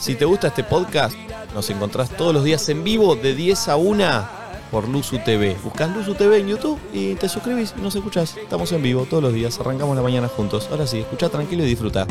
Si te gusta este podcast, nos encontrás todos los días en vivo de 10 a 1 por Luzu TV. Buscás Luzu TV en YouTube y te suscribís y nos escuchás. Estamos en vivo todos los días, arrancamos la mañana juntos. Ahora sí, escucha tranquilo y disfruta.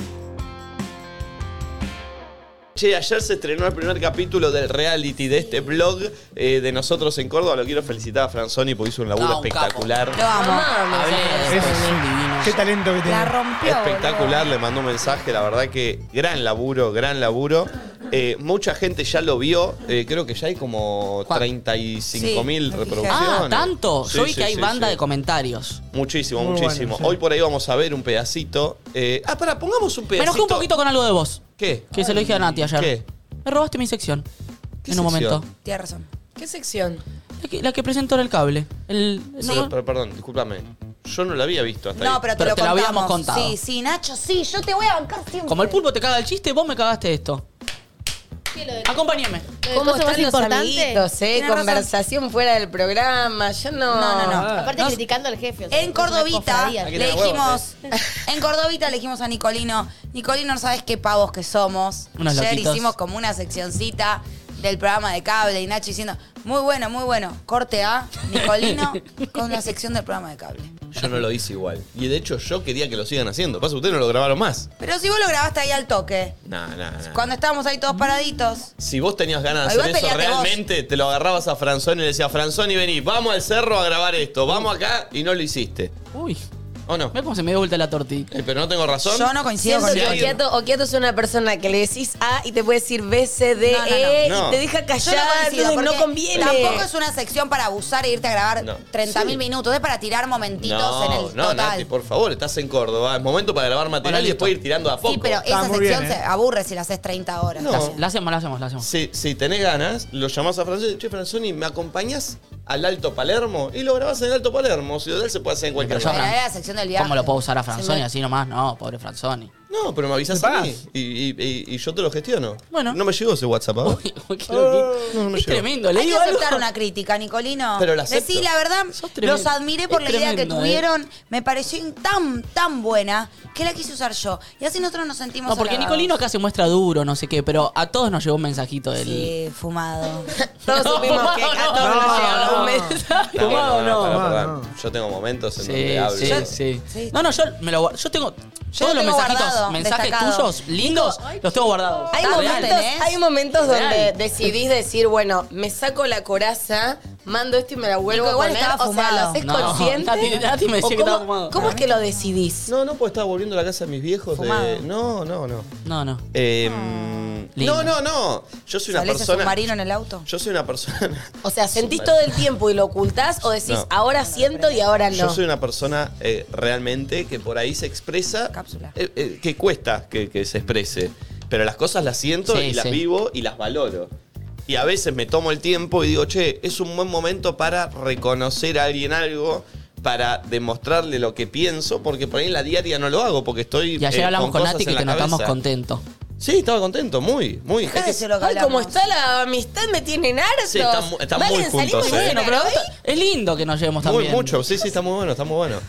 Che, ayer se estrenó el primer capítulo del reality de este blog eh, de nosotros en Córdoba. Lo quiero felicitar a Franzoni porque hizo un laburo Ah, un capo. espectacular. Lo amo. Hablemos. Qué talento que La Mm. tiene. rompió. Espectacular, le mandó un mensaje, la verdad que gran laburo, gran laburo. Eh, mucha gente ya lo vio, eh, creo que ya hay como ¿Cuál? 35 mil Sí, me fijé. reproducciones. Ah, tanto. Sí, Yo vi sí, que hay sí, banda sí. de comentarios. Muchísimo, Muy muchísimo. bueno, sí. Hoy por ahí vamos a ver un pedacito. Eh, ah, pará, pongamos un Me pedacito. enojé un poquito con algo de vos. ¿Qué? Que se lo dije a Nati ayer. ¿Qué? Me robaste mi sección. ¿Qué en un sección? momento. Tienes razón. ¿Qué sección? La que, la que presentó era el cable. El, Sí, no- pero perdón, discúlpame. Yo no lo había visto hasta ahí. No, pero te Pero lo te lo contamos. habíamos contado. Sí, sí, Nacho, sí, yo te voy a bancar siempre. como el pulpo te caga el chiste, vos me cagaste esto. Acompáñeme. Eh, ¿Cómo cosa más están los importante? amiguitos, eh? Tienes razón. Conversación fuera del programa. Yo no... Ah. No, no, no. Aparte No sé. criticando al jefe. o sea, En es una Cordovita cofradía. Hay que le tener dijimos, en Cordovita le dijimos a Nicolino, Nicolino, ¿sabes qué pavos que somos? Unos Ayer loquitos. hicimos como una seccioncita del programa de cable y Nacho diciendo, muy bueno, muy bueno, corte a Nicolino con la sección del programa de cable. Yo no lo hice igual. Y de hecho yo quería que lo sigan haciendo. Pasa, ustedes no lo grabaron más. Pero si vos lo grabaste ahí al toque, Nah, nah, nah. cuando estábamos ahí todos paraditos. Si vos tenías ganas Ay, de hacer vos eso peleate vos. realmente, te lo agarrabas a Franzoni y le decías, Franzoni, vení, vamos al cerro a grabar esto, vamos acá, y no lo hiciste. Uy, ¿O no? mira cómo se me dio vuelta la tortilla. Eh, pero no tengo razón. Yo no coincido Siento con que Sí, alguien. Okiato, Okiato es una persona que le decís A y te puede decir B, C, D, No, no, no. E No. y te deja Yo no callar, coincido, entonces no, porque conviene. Tampoco es una sección para abusar e irte a grabar No. 30.000 minutos. Es para tirar momentitos No, en el no, total. Nati, por favor, estás en Córdoba. Es momento para grabar material Bueno, y después listo. ir tirando a poco. sí, pero esa Está muy sección bien, ¿eh? se aburre si la haces 30 horas. No. Casi. La hacemos, la hacemos, la hacemos. si, si tenés ganas, lo llamás a Franzoni, che, Franzoni, ¿me acompañás al Alto Palermo? Y lo grabás en el Alto Palermo. Ciudad se puede hacer en cualquier Pero yo lugar. Pero era la sección del viaje. ¿Cómo lo puedo usar a Se Franzoni me- así nomás? No, pobre Franzoni. No, pero me avisás ¿Me a mí pagás? y, y- y- y yo te lo gestiono. Bueno. No me llegó ese WhatsApp ahora. Uy, uy, qué loquito. Ah. no, no me es llegó. tremendo. Le Hay que digo algo. aceptar una crítica, Nicolino. Pero la acepto. Decí, la verdad, Sos tremendo. los admiré por Es la idea que tremendo, ¿eh? tuvieron. Me pareció in- tan, tan buena que la quise usar yo. Y así nosotros nos sentimos No, porque halagados. Nicolino acá se muestra duro, no sé qué, pero a todos nos llegó un mensajito del. Sí, fumado. Todos No, supimos que no, a todos nos no, llegaron no. un mes. No, no, no, no? Ah, pará, pará. No, no. Yo tengo momentos en Sí, donde hablo. sí, Yo- sí, Sí. No, no, yo me lo guardo. Yo tengo todos los tengo mensajitos, guardado, mensajes destacado. tuyos lindos, los tengo guardados. Hay Real. momentos, ¿Tenés? hay momentos Real. donde decidís decir, bueno, me saco la coraza, mando esto y me la vuelvo Nico, igual a poner. estaba o sea, ¿lo fumado. haces No, consciente? Tati- Tati me decía ¿O que cómo- estaba fumado. ¿Cómo es que lo decidís? No, no, pues estaba volviendo a la casa de mis viejos. de- Fumado. No, no, no. No, no. Eh, Lindo. no, no, no. Yo soy una ¿Salés a persona. submarino en el auto? Yo soy una persona. O sea, ¿sentís todo el tiempo y lo ocultás o decís, No. ahora siento y ahora no? Yo soy una persona eh, realmente que por ahí se expresa. Cápsula. eh, eh, que cuesta que, que se exprese. Pero las cosas las siento Sí, y las sí. vivo y las valoro. Y a veces me tomo el tiempo y digo, che, es un buen momento para reconocer a alguien algo, para demostrarle lo que pienso, porque por ahí en la diaria no lo hago, porque estoy. Y ayer eh, hablamos con cosas Nati en que la te notamos cabeza. contento. Sí, estaba contento, muy, muy. Dejá Es de que- decir lo que Ay, como hablamos. está la amistad, me tienen hartos. Sí, están mu- están Valen, muy juntos, salimos eh. de Bueno, pero una, está- ¿eh? es lindo que nos llevemos Muy también. mucho, sí, sí, está muy bueno, está muy bueno.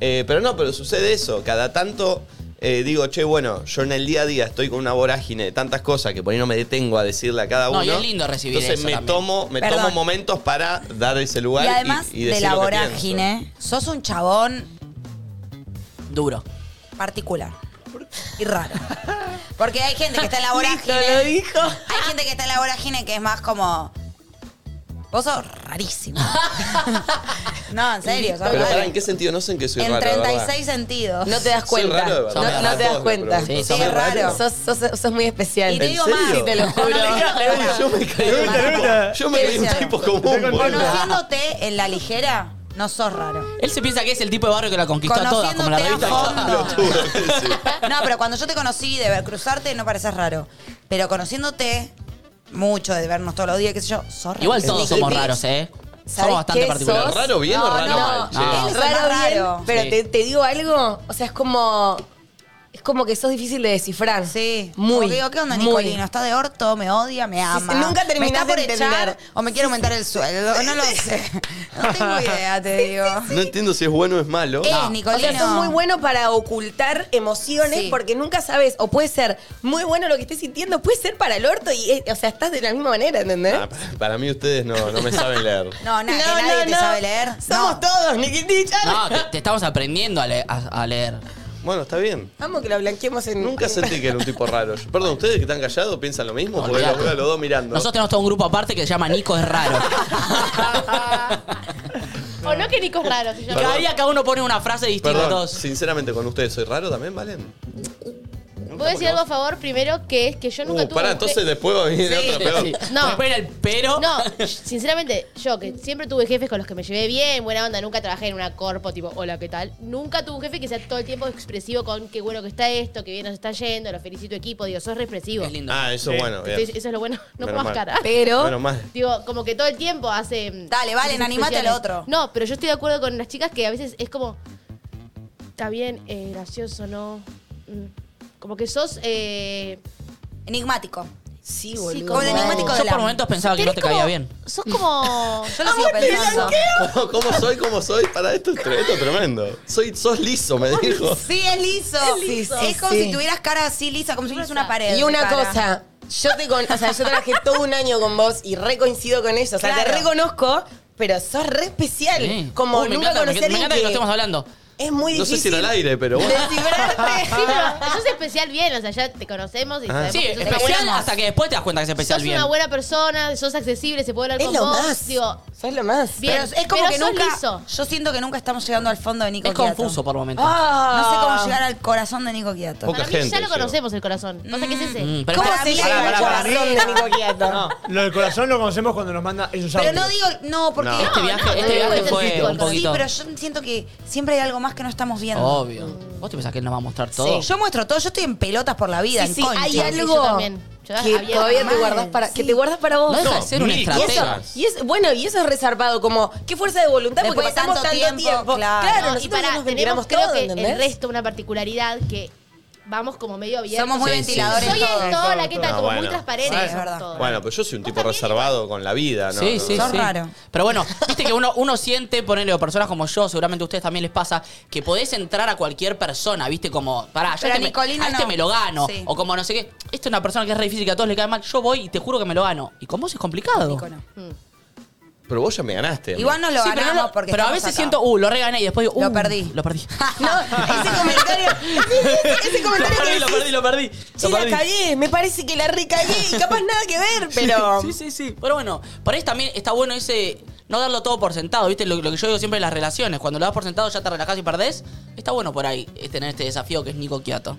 Eh, pero no, pero sucede eso. Cada tanto eh, digo, che, bueno, yo en el día a día estoy con una vorágine de tantas cosas que por ahí no me detengo a decirle a cada No, uno. y es lindo recibir Entonces eso me también. tomo, me Perdón. tomo momentos para dar ese lugar. Y además y de decir la lo que vorágine, sos un chabón Duro. particular y raro. Porque hay gente que está en la Listo, vorágine. lo dijo. Hay gente que está en la vorágine que es más como. Vos sos rarísimo. no, en serio, sos pienso. Pero raro. pará, ¿en qué sentido? No sé en qué soy En raro, de verdad. 36 sentidos. No te das Soy cuenta. raro de no verdad. no te das Todos me cuenta. preguntan, Sí, sí, es raro. Sos, sos- sos muy especial. Y te ¿En digo serio? más. Sí, te lo juro. No, no, no, no, no. Yo me creí un Pará. tipo, yo me creí un Especial. tipo común. Estoy boludo. contento. Conociéndote en la ligera, no sos raro. Él se piensa que es el tipo de barrio que la conquistó a todas, como la Conociéndote revista. a fondo. Pelotudo, sí. No, pero cuando yo te conocí de ver- cruzarte no pareces raro. Pero conociéndote mucho, de vernos todos los días, qué sé yo, sos raro. Igual todos Sí, somos sí. raros, ¿eh? ¿Sabés Somos bastante qué particulares. sos? ¿Raro bien o raro no, mal, che? Él No, es el raro más bien, raro. pero Sí. te, te digo algo, o sea, es como... es como que sos difícil de descifrar. Sí. Muy, Como que digo, ¿qué onda, muy. Nicolino? ¿Está de orto? ¿Me odia? ¿Me ama? sí, nunca ¿Me terminás está de por echar? entender. ¿O me quiere aumentar el sueldo? No lo sé. No tengo idea, te digo. No entiendo si es bueno o es malo. Eh, No. O Nicolino. sea, sos muy bueno para ocultar emociones Sí. porque nunca sabes, o puede ser muy bueno lo que estés sintiendo, puede ser para el orto y, eh, o sea, estás de la misma manera, ¿entendés? Ah, para- para mí ustedes no, no me saben leer. No, na- que nadie te sabe leer. Somos no. todos, Nikitich. No, te, te estamos aprendiendo a, le- a- a leer. Bueno, está bien. Amo que la blanqueemos en. Nunca sentí que era un tipo raro. Perdón, ¿ustedes que están callados piensan lo mismo? Porque los Olvídate. veo a los dos mirando. Nosotros tenemos todo un grupo aparte que se llama Nico es raro. O no que Nico es raro. Si yo Cada día cada uno pone una frase distinta a Perdón, todos. sinceramente, con ustedes, ¿soy raro también, Valen? Voy a decir algo a favor primero, que es que yo nunca Uh, tuve. pará, un entonces je- después va a venir Sí, otra peor. sí. No. Después era el pero. No, sinceramente, yo que siempre tuve jefes con los que me llevé bien, buena onda, nunca trabajé en una corpo tipo, hola, ¿qué tal? Nunca tuve un jefe que sea todo el tiempo expresivo con qué bueno que está esto, qué bien nos está yendo, lo felicito equipo, digo, sos re expresivo. Es lindo. Ah, eso es bueno. bien. Entonces, eso es lo bueno, no Menos puedo mal. cara. Pero. Menos mal. Digo, como que todo el tiempo hace. mm, Dale, Valen, cosas animate especiales. al otro. No, pero yo estoy de acuerdo con las chicas que a veces es como. Está bien, eh, gracioso, ¿no? Mm. Como que sos. Eh, Enigmático. Sí, Sí, boludo. como el enigmático de Ah, Yo la... por momentos pensaba Ah, que no te tenés como- caía bien. Sos como. Yo lo sigo pensando. ¿Cómo, cómo soy? ¿Cómo soy? Para esto, es tre- esto es tremendo. Soy, sos liso, me dijo. Sí, es liso. Sí, sí, es como sí. si tuvieras cara así lisa, como si fueras una pared. Y una de cara. cosa, yo te con, o sea, yo trabajé todo un año con vos y re coincido con eso. O sea, te Claro. reconozco, pero sos re especial. Sí. Como Uy, me nunca encanta, me, conocí a me alguien encanta que lo estemos que hablando. es muy No sé si difícil. era al aire, pero bueno. descifrarte. Sí, pero sos especial bien, o sea, ya te conocemos y Ah. sabemos Sí, que sos, especial buena- hasta que después te das cuenta que es especial sos bien. una buena persona, sos accesible, se puede hablar Es con lo vos. más. Digo, Sos lo más. Bien, Pero es como pero que sos nunca. liso. Yo siento que nunca estamos llegando al fondo de Nico Es Quiato. confuso por momentos. Ah. No sé cómo llegar al corazón de Nico Quiato. Poca para mí gente ya lo llegó. conocemos el corazón. No sé qué es ese. Mm, pero- ¿Cómo ¿Cómo se Para mí- llega al para- para mí- corazón de Nico Quieto? No. Lo del corazón lo conocemos cuando nos manda esos Pero audios. no digo. No, porque. No. Este viaje- este viaje fue un Sí, poquito- pero yo siento que siempre hay algo más que no estamos viendo. Obvio. ¿Vos te pensás que él nos va a mostrar todo? Yo muestro todo, yo estoy en pelotas por la vida, Sí, en sí, concha. hay Sí, yo algo también. Yo que había- todavía te Mal, guardas para que sí. te guardas para vos. No deja de No, ser un mil Y Trate. eso, estratega. y es, bueno, y eso es resarpado, como, qué fuerza de voluntad, Después porque pasamos de tanto tanto tiempo. tiempo, claro. claro No, y nosotros para, nos tenemos ventilamos creo todo, que ¿entendés? el resto una particularidad que vamos como medio abiertos. Somos muy Sí, sí. ventiladores Soy todos. en todo, la que tal, No, como bueno. muy transparente. Sí, es verdad. todo. Bueno, pero yo soy un tipo reservado con la vida, ¿no? Sí, No, sí, no. Sos sí. raro. Pero bueno, viste que uno, uno siente, ponele, o personas como yo, seguramente a ustedes también les pasa, que podés entrar a cualquier persona, viste, como, pará, ya Pero este, a Nicolino me, a este no. me lo gano. Sí. O como no sé qué, esta es una persona que es re difícil, que a todos le cae mal, yo voy y te juro que me lo gano. Y con vos es complicado. Nico, no. Pero vos ya me ganaste. amigo. Igual no lo Sí, ganamos pero, no- porque pero a estamos veces acá. siento, uh, lo regané y después digo, Lo uh, perdí. Lo perdí. No, ese comentario, ese lo comentario que perdí, lo decís, perdí, lo perdí. "Sí, lo la perdí". cagué, me parece que la recagué y capaz nada que ver, pero... Sí, sí, sí. Pero bueno, por ahí también está bueno ese. No darlo todo por sentado, ¿viste? Lo, lo que yo digo siempre en las relaciones. Cuando lo das por sentado ya te relajás y perdés. Está bueno por ahí eh, tener este desafío que es Nico Quiato.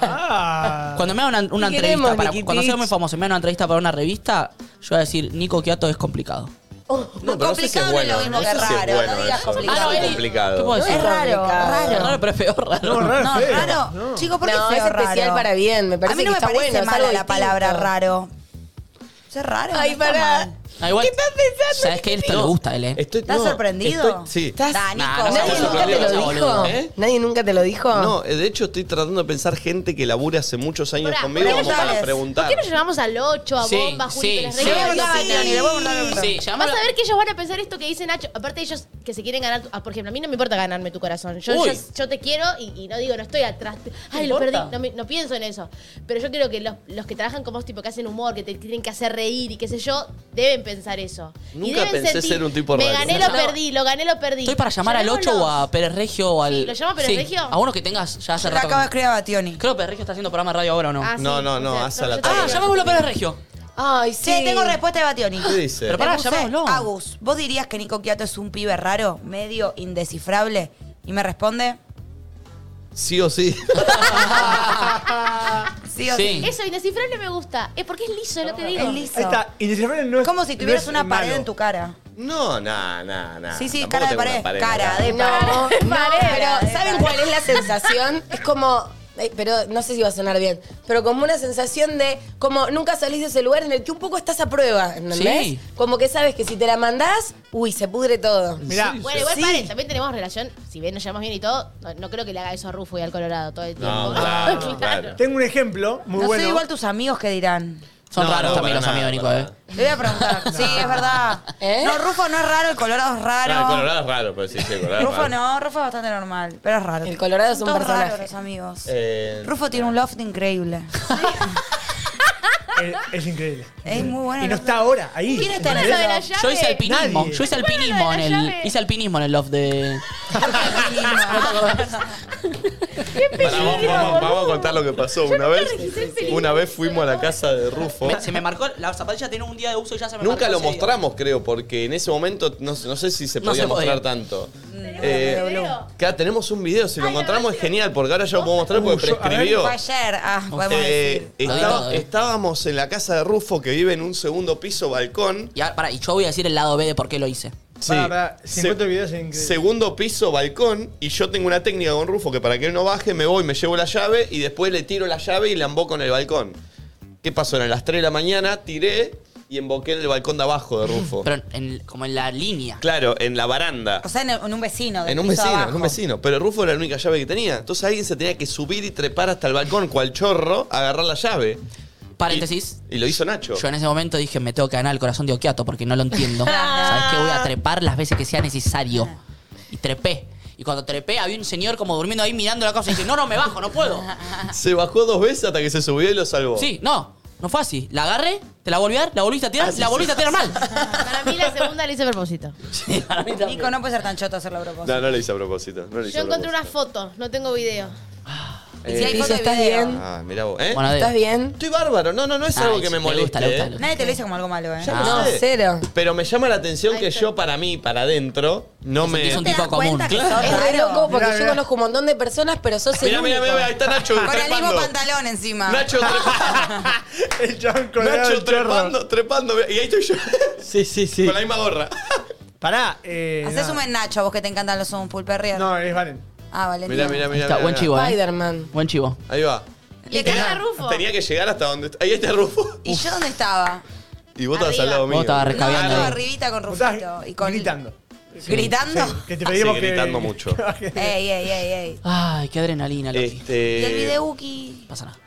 Ah. Cuando me hagan una, una Te entrevista, queremos, para, Nikitich. cuando sea muy famoso y me hagan una entrevista para una revista, yo voy a decir, Nico Quiato es complicado. No, pero no sé si complicado es bueno. no es No lo mismo que sé si es raro, bueno no digas eso. No sé si es Ah, no, ¿qué complicado. puedo complicado. decir? Es raro, complicado. Es raro. raro, pero es peor raro. No, raro, No, es feo. raro. No. Chico, ¿por qué No, feo es especial raro? para bien, me parece A mí no que me está parece bueno, es mala algo la palabra distinto. raro. Es raro. Ay, no está pará. mal. Ah, igual, ¿Qué estás pensando, Sabes que él te le gusta, él, ¿eh? Estoy- ¿Estás no, sorprendido? estoy- sí. Estás- Da, Nico. Nah, no seas ¿Nadie Estamos nunca te sorprendidos, lo dijo? ¿eh? ¿Nadie nunca te lo dijo? No, eh, de hecho estoy tratando de pensar gente que labura hace muchos años Pará, conmigo como para preguntales. preguntar. ¿Por qué no llegamos al 8, a Sí, Bomba, Juli, sí, que les sí. Le voy a regalen preguntar a los Meloni, le voy a preguntar a Meloni. Sí, llamalo- Vas a ver que ellos van a pensar esto que dice Nacho. Aparte, ellos que se quieren ganar. tu- ah, por ejemplo, a mí no me importa ganarme tu corazón. Yo, Uy. yo, yo te quiero y, y no digo, no estoy atrás. Ay, ¿Te lo perdí. importa? No, me- no pienso en eso. Pero yo creo que los, los que trabajan con vos, tipo, que hacen humor, que te tienen que hacer reír y qué sé yo, deben pensar eso. Y Nunca deben pensé ser un tipo Me raro". gané, lo perdí, lo gané, lo perdí. Estoy para llamar al 8 o a Pérez Regio o al. Sí, ¿lo llamo a Pérez Regio? A uno que tengas ya hace Yo le rato. acabo de que- escribir a Bationi. Creo que Pérez Regio está haciendo programa de radio ahora o no. Ah, sí, No, no, no, o sea, haz a la yo te tarde. Ah, digo. llamémoslo a Pérez Regio. Ay, Sí, tengo respuesta de Bationi. ¿Qué dice? Pero pará, Le puse, llamémoslo. Agus, ¿vos dirías que Nico Quiato es un pibe raro, medio indescifrable? Y me responde, Sí o sí. sí o Sí. sí. Este Eso, indescifrable me gusta. Es porque es liso, no te digo. Es liso. Ahí está. Y descifrar no Es es como si tuvieras no es una pared malo. en tu cara. No, nah, nah, nah. Sí, sí, Tampoco cara de tengo una pared. Cara de acá. No, pared. no, Cara de pared. pero ¿saben cuál es la sensación? Es como, Ay, Pero no sé si va a sonar bien. Pero como una sensación de. Como nunca salís de ese lugar en el que un poco estás a prueba, ¿entendés? Sí. Como que sabes que si te la mandás, uy, se pudre todo. Mirá, Bueno, igual Sí. paren, también tenemos relación, si bien nos llevamos bien y todo, no, no creo que le haga eso a Rufo y al Colorado todo el tiempo. No, claro, claro. tengo un ejemplo muy no bueno. sé igual tus amigos qué dirán. Son No, raros no, también para los nada, amigos, Nico, para ¿eh? nada. Le voy a preguntar. Sí, es verdad. ¿Eh? No, Rufo no es raro, el Colorado es raro. No, el colorado es raro, pero Pues sí, sí, el colorado es Rufo raro. no, Rufo es bastante normal, pero es raro. El Colorado es Son un todos personaje. raros los amigos. Eh, Rufo tiene un loft increíble. Es, Eh, es increíble. Es muy bueno. Y no está ahora, ahí. ¿Quién está en Bueno, el lo de loft? la llave. Yo hice alpinismo, Nadie. yo hice alpinismo en Bueno, la el. llave. Hice alpinismo en el loft de. pará, vamos, vamos- vamos a contar lo que pasó. Una vez, una vez fuimos a la casa de Rufo. Me- se me marcó, la zapatilla tiene un día de uso y ya se me marcó. Oh. Nunca lo ese día. mostramos, creo, porque en ese momento no, no sé si se No podía se podía. mostrar tanto. un Eh, video. claro, tenemos un video, si lo Ay, la encontramos es verdad. genial, porque ahora ya lo puedo mostrar porque yo- a ver, prescribió. Fue ayer, ah, podemos Eh, decir. Lo está- digo, eh. estábamos en la casa de Rufo, que vive en un segundo piso, balcón. Y, ahora, pará, y yo voy a decir el lado B de por qué lo hice. Sí. Pará, pará, si Se- encuentro el video es increíble. Segundo piso, balcón, y yo tengo una técnica con Rufo que para que él no baje, me voy, me llevo la llave y después le tiro la llave y la emboco en el balcón. ¿Qué pasó? Eran las 3 de la mañana, tiré y emboqué en el balcón de abajo de Rufo. Pero en- como en la línea. claro, en la baranda. O sea, en, en un vecino. del En un piso vecino, abajo. en un vecino. Pero Rufo era la única llave que tenía. Entonces alguien se tenía que subir y trepar hasta el balcón, cual chorro, a agarrar la llave. Paréntesis. Y, y lo hizo Nacho. Yo en ese momento dije, me tengo que ganar el corazón de Okiato porque no lo entiendo. ¿Sabes qué? Voy a trepar las veces que sea necesario. Ah. Y trepé. Y cuando trepé, había un señor como durmiendo ahí mirando la cosa y dije, no, no, me bajo, no puedo. Se bajó dos veces hasta que se subió y lo salvó. Sí, no, no fue así. La agarré, te la volví a dar, la volviste a Ah, tirar, la volviste a tirar mal. Para mí la segunda la hice a propósito. Sí, para mí también. Nico, no puede ser tan choto hacerlo a propósito. No, no le hice a propósito. No le hice Yo a encontré propósito. una foto, no tengo video. Y si hay Eh, foto y ¿estás video, bien? Ah, mirá vos. ¿Eh? Bueno, ¿Estás de- bien? Estoy bárbaro. No, no, no es Ay, algo que sí, me le moleste. gusta, le gusta, ¿eh? le gusta. Nadie te lo dice como algo malo, ¿eh? Ya No, lo sé. cero. Pero me llama la atención que yo, para mí, para adentro, no Te me. sentís un ¿Te tipo das cuenta común. que Claro. Es sos re raro? loco porque Mirá, yo mirá. conozco un montón de personas, pero sos Mirá, el mirá, único. mirá, mirá, ahí está Nacho. Con el mismo trepando. pantalón encima. Ah, Nacho trepando. El chabón colgado Nacho del chorro. trepando, trepando. Y ahí estoy yo. Sí, sí, sí. Con la misma gorra. Pará, eh. Hacés nada. un en Nacho, vos que te encantan los un pulperrier. No, es Valen. Ah, Valentín. Mirá, mirá, mirá. Está, mirá, buen mirá. chivo, eh. Spider-Man. Buen chivo. Ahí va. Le Literal. cae a Rufo. Tenía que llegar hasta donde. Ahí está Rufo. ¿Y yo dónde estaba? Y vos estabas Arriba. al lado Vos mío. estabas No, Recabeando estaba ahí. arribita con Vos estabas Rufito. Y con... Gritando. ¿Gritando? Que te Ah, pedimos sí, que. gritando mucho. Ey, ey, ey, ey. Ay, qué adrenalina, Loki. Eh. Este. Y el videuki. Pasa nada.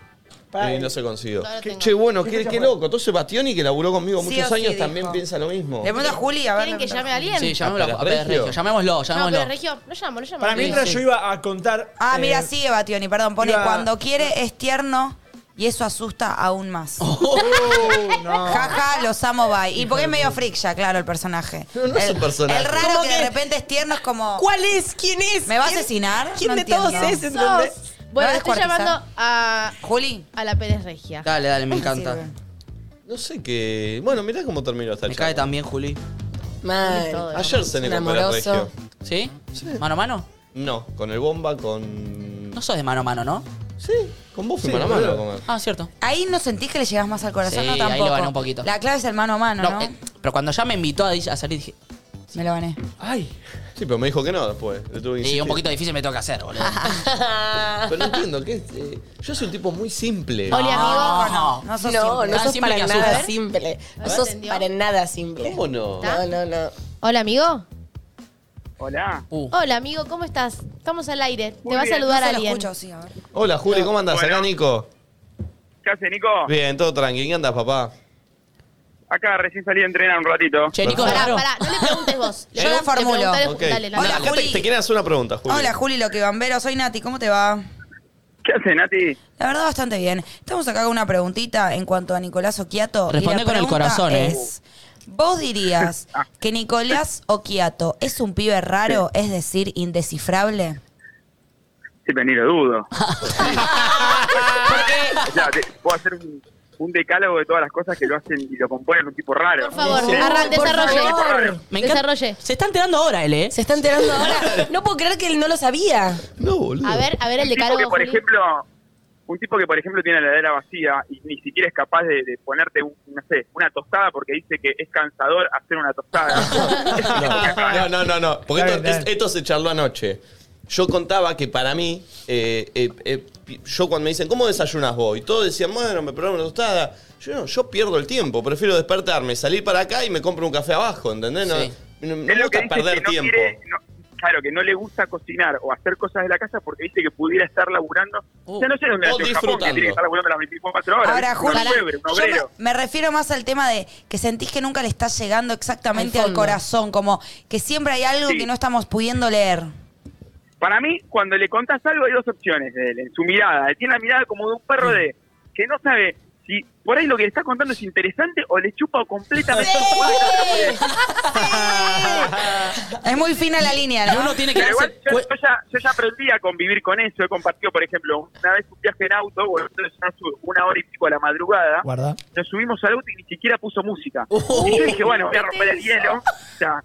eh, no se consiguió. No lo Qué- tengo. che, bueno, qué, qué loco. Entonces Bastioni, que laburó conmigo Sí muchos o sí, años, dijo. también piensa lo mismo. Le pregunto a Juli a ver. ¿Quieren que me- llame a alguien? Sí, Ah, ¿A llamémoslo. a Pérez Pérez Regio? Regio, Llamémoslo, no, llamémoslo. pero Regio, no llamo, no llamo. Para Sí. mientras Sí. yo iba a contar. Ah, eh, mira, sigue Bationi, perdón. Pone iba- cuando quiere es tierno y eso asusta aún más. Uh, no. Jaja, los amo, bye. Y porque es medio freak ya, claro, el personaje. No, no es el, un personaje. El raro ¿Cómo que, que- de repente es tierno es como. ¿Cuál es? ¿Quién es? ¿Me va a ¿Quién- asesinar? ¿Quién No de todos entiendo. es? ¿entendés? Sos- ¿Me va Bueno, a estoy descuartizar? llamando a, Juli. a la Pérez Regia. Dale, dale, me encanta. sirve. No sé qué. Bueno, mirá cómo terminó esta Me charla. cae también, Juli. Mal. Ayer cené Es con un Pérez amoroso. Regio. ¿Sí? ¿Mano a mano? No, con el bomba, con. No sos de mano a mano, ¿no? Sí, con vos fuimos Sí, a la mano a boludo. comer. Ah, cierto. Ahí no sentís que le llegás más al corazón, Sí, no ahí tampoco. lo gané un poquito. La clave es el mano a mano, ¿no? No, eh, pero cuando ya me invitó a, a salir, dije, Me lo gané. Ay. Sí, pero me dijo que no después. Le tuve que y insistir. "Eh, un poquito difícil me toca hacer, boludo. Pero no entiendo, ¿qué es? Eh, yo soy un tipo muy simple. Oli, amigo. No, no, no sos No, simple. ¿eh? no Tan sos simple para que nada asusta. simple. No ver, sos ¿entendió? para nada simple. ¿Cómo no? No, no, no. Hola, amigo. Hola. Uh, Hola, amigo, ¿cómo estás? Estamos al aire. Te Muy va a bien. No saludar se lo alguien. escucho, sí, a ver. Hola, Juli, ¿cómo andás? Bueno. Acá, Nico. ¿Qué hace, Nico? Bien, todo tranqui. ¿Qué andás, papá? Acá recién salí a entrenar un ratito. che, Nico, es Pará, raro. pará, no le preguntes vos. Le Yo la pregun- le formulo. preguntale- Ok. dale, la- Nah, Hola, acá te, Juli. te quieren hacer una pregunta, Juli. Hola, Juli, lo que bambero. Soy Nati, ¿cómo te va? ¿Qué hace, Nati? La verdad, bastante bien. Estamos acá con una preguntita en cuanto a Nicolás Oquiato. y Responde la con el pregunta corazón, ¿eh? es, ¿Vos dirías que Nicolás Oquiato es un pibe raro, es decir, indescifrable? Sí, pero ni lo dudo. Porque, O sea, te- puedo hacer un, un decálogo de todas las cosas que lo hacen y lo componen un tipo raro. Por favor, Sí. arran- desarrolle. Un tipo raro. me encanta. Desarrolle. Se está enterando ahora él, ¿eh? Se está enterando ahora. No puedo creer que él no lo sabía. No, boludo. A ver, a ver el Un tipo que, decálogo. por Juli. ejemplo, un tipo que, por ejemplo, tiene la heladera vacía y ni siquiera es capaz de, de ponerte, un- no sé, una tostada porque dice que es cansador hacer una tostada. No, no, no, no. Porque Está esto, bien, está es- bien. esto se charló anoche. yo contaba que para mí, eh, eh, eh, pi- yo cuando me dicen, ¿cómo desayunas vos? Y todos decían, bueno, me preparo una tostada. Yo no, yo pierdo el tiempo, prefiero despertarme, salir para acá y me compro un café abajo, ¿entendés? No, Sí. no- no Es me lo que gusta dice perder que no tiempo. quiere- no- claro, que no le gusta cocinar o hacer cosas de la casa porque dice que pudiera estar laburando. Uh, ya no sé dónde o nació Japón, que disfrutando. tiene que estar laburando las 24 horas. Ahora, ¿viste? Juli, un obrero, un yo me, obrero. me refiero más al tema de que sentís que nunca le está llegando exactamente Al al, fondo. corazón, como que siempre hay algo Sí. que no estamos pudiendo leer. Para mí, cuando le contás algo, hay dos opciones de él, en su mirada. Él Tiene la mirada como de un perro Mm. de que no sabe si por ahí lo que le está contando es interesante o le chupa completamente. un huevo. Es muy fina la línea, Y ¿no? uno tiene que Pero igual, darse yo, cue- yo ya, yo ya aprendí a convivir con eso. He compartido, por ejemplo, una vez un viaje en auto, volviendo de San Sur, una hora y pico a la madrugada. Guarda. nos subimos al auto y ni siquiera puso música. Uh. y yo dije, bueno, voy a romper el hielo. O sea,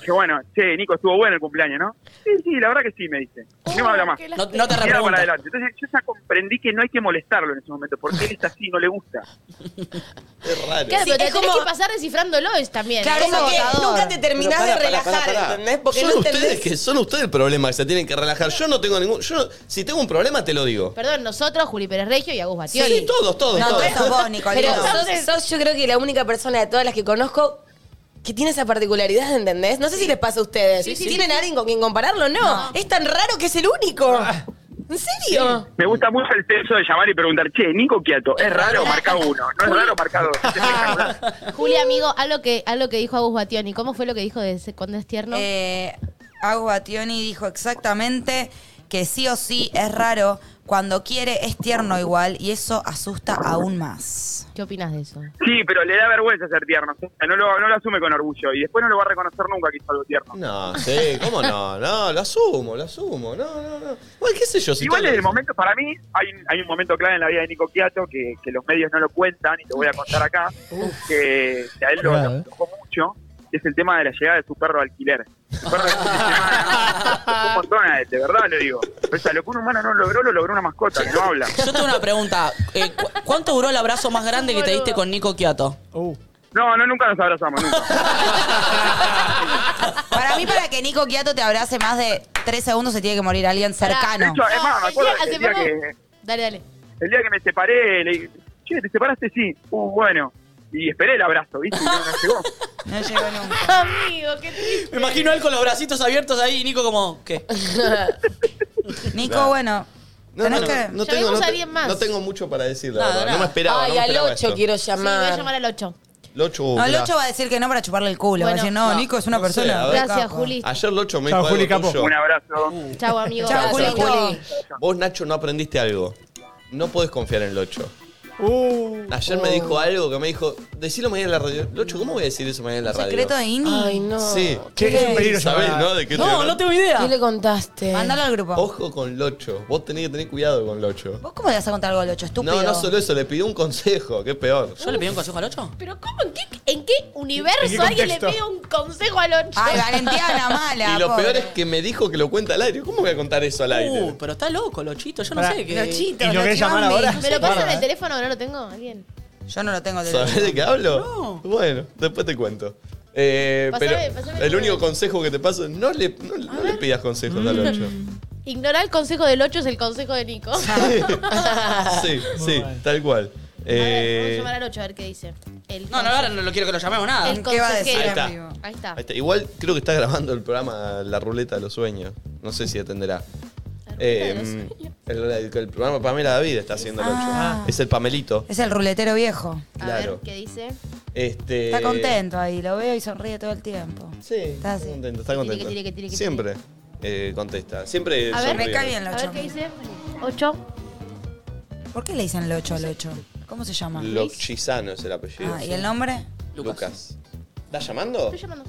dije, bueno, che, Nico, estuvo bueno el cumpleaños, ¿no? Sí, sí, la verdad que sí, me dice. Oh, Y no me habla más. no, no te Y era para repregunta. adelante. Entonces yo ya comprendí que no hay que molestarlo en ese momento, porque él está así, no le gusta. Es raro. Claro, pero te es tenés como- que pasar descifrándolo es también. Claro, ¿no? como que agotador. nunca te terminás Pero pará, de pará, relajar, pará, pará. ¿entendés? Porque son no ustedes entendés. que son ustedes el problema que se tienen que relajar. Yo no tengo ningún. Yo, si tengo un problema, te lo digo. Perdón, nosotros, Juli Pérez Regio y Agus Sí, Batioli. todos, todos, No, tú todos. sos vos, Nicolino. Pero sos, sos yo creo que la única persona de todas las que conozco que tiene esa particularidad, ¿entendés? No sé si les pasa a ustedes. Sí, sí, ¿Tienen sí, alguien con quien compararlo? No. Es tan raro que es el único. ¿En serio? Me gusta mucho el texto de llamar y preguntar, che, Nico Quiato, ¿es raro? Marca uno. No es raro, marca dos. Es espectacular. Juli, amigo, algo que, algo que dijo Agus Bationi. ¿Cómo fue lo que dijo de ese- cuando es tierno? Eh, Agus Bationi dijo exactamente que sí o sí es raro, cuando quiere es tierno igual y eso asusta aún más. ¿Qué opinas de eso? Sí, pero le da vergüenza ser tierno. O sea, no, lo, no lo asume con orgullo y después no lo va a reconocer nunca que hizo algo tierno. No, sí, ¿cómo no? No, lo asumo, lo asumo. No, no, no. Igual, qué sé yo. Si Igual todo- en el momento, para mí, hay, hay un momento clave en la vida de Nico Quiato que, que los medios no lo cuentan y te voy a contar acá, que a él lo Claro, lo eh. tocó mucho, que es el tema de la llegada de su perro de alquiler. Su perro de fin de semana, un montón a él, de verdad lo digo. O sea, lo que un humano no logró, lo logró una mascota que no habla. Yo tengo una pregunta. Eh, ¿cu- ¿Cuánto duró el abrazo más grande que te diste con Nico Quiato? Uh. No, no, nunca nos abrazamos, nunca. Para mí, para que Nico Quiato te abrace más de tres segundos, se tiene que morir alguien De cercano. hecho, es más, me Ah, el acuerdo día- el hace día poco- que... Dale, dale. El día que me separé, le dije, che, ¿te separaste? Sí. Uh, bueno. Y esperé el abrazo, ¿viste? Y no, no llegó. No llegó nunca. Amigo, qué triste. Me imagino a él con los bracitos abiertos ahí y Nico como, ¿qué? Nico, Claro. bueno, No, no, tenés no, que... no tengo, no, Llamemos a te- alguien más. no tengo mucho para decir, la Nada, verdad. No me nada. esperaba. no Ay, me al esperaba 8 esto. quiero Sí, voy a llamar. llamar al 8. Locho, No, mirá. Locho va a decir que no para chuparle el culo. va a Bueno, decir, no, no. Nico es una No sé, persona. a ver. Gracias, Capo. Juli. Ayer Locho me Chao, dijo algo Juli Capo. tuyo. Un abrazo. Chao, amigo. Chao, Juli. Gracias. Julito. Vos, Nacho, no aprendiste algo. No podés confiar en Locho. Uh. Ayer me dijo algo que me dijo, decilo mañana en la radio. Locho, ¿cómo voy a decir eso mañana en la radio? Secreto de Ini. Ay, no. Sí. Che, es un peligro ¿Sabés, llamar. no? ¿De qué te No, hablo? no tengo idea. ¿Qué le contaste? Mándalo al grupo. Ojo con Locho. Vos tenés que tener cuidado con Locho. ¿Vos cómo le vas a contar algo al ocho? Estúpido. No, no solo eso, le pidió un consejo, que es peor. ¿Yo le pedí un consejo al 8? Pero ¿cómo? ¿En qué, en qué universo ¿En qué alguien le contexto? pide un consejo al 8? Ay, Valentiana, mala. Y lo pobre. peor es que me dijo que lo cuenta al aire. ¿Cómo voy a contar eso al aire? Uh, pero está loco, Lochito. Yo no Pará. sé qué. Lochito, ¿Y lo lo querés llamar chivame. ahora? ¿Me lo pasan Bárbara, el ¿eh? teléfono o no lo tengo? ¿Alguien? Yo no lo tengo. de- ¿Sabés de qué hablo? No. Bueno, después te cuento. Eh, Pasame, pero pasame el tu- único consejo que te paso, no le, no, no le pidas Mm. consejos al Locho. Ignorar el consejo del 8 es el consejo de Nico. A sí, sí, tal cual. ver, vamos a Eh, llamar al 8 a ver qué dice. El No, no, ahora no lo quiero que lo llamemos nada. El ¿Qué va a Ahí decir consejero. está. en vivo? Ahí está. ahí está. Igual creo que está grabando el programa La Ruleta de los Sueños. No sé si atenderá. Eh, el, el- el programa Pamela David está haciendo el 8. Ah. Es el Pamelito. Es el ruletero viejo. A Claro. ver qué dice. Este, Está contento ahí, lo veo y sonríe todo el tiempo. Sí, está, así. contento, está Tiri, que contento. tiri, que tiri, que Siempre eh, contesta. Siempre A ver, sonríe. Me cae bien A el ver ocho. qué dice. 8. ¿Por qué le dicen Locho al ocho? ¿Cómo se llama? Lochizano es el apellido. Ah, sí. ¿Y el nombre? Lucas. ¿estás llamando? Estoy llamando.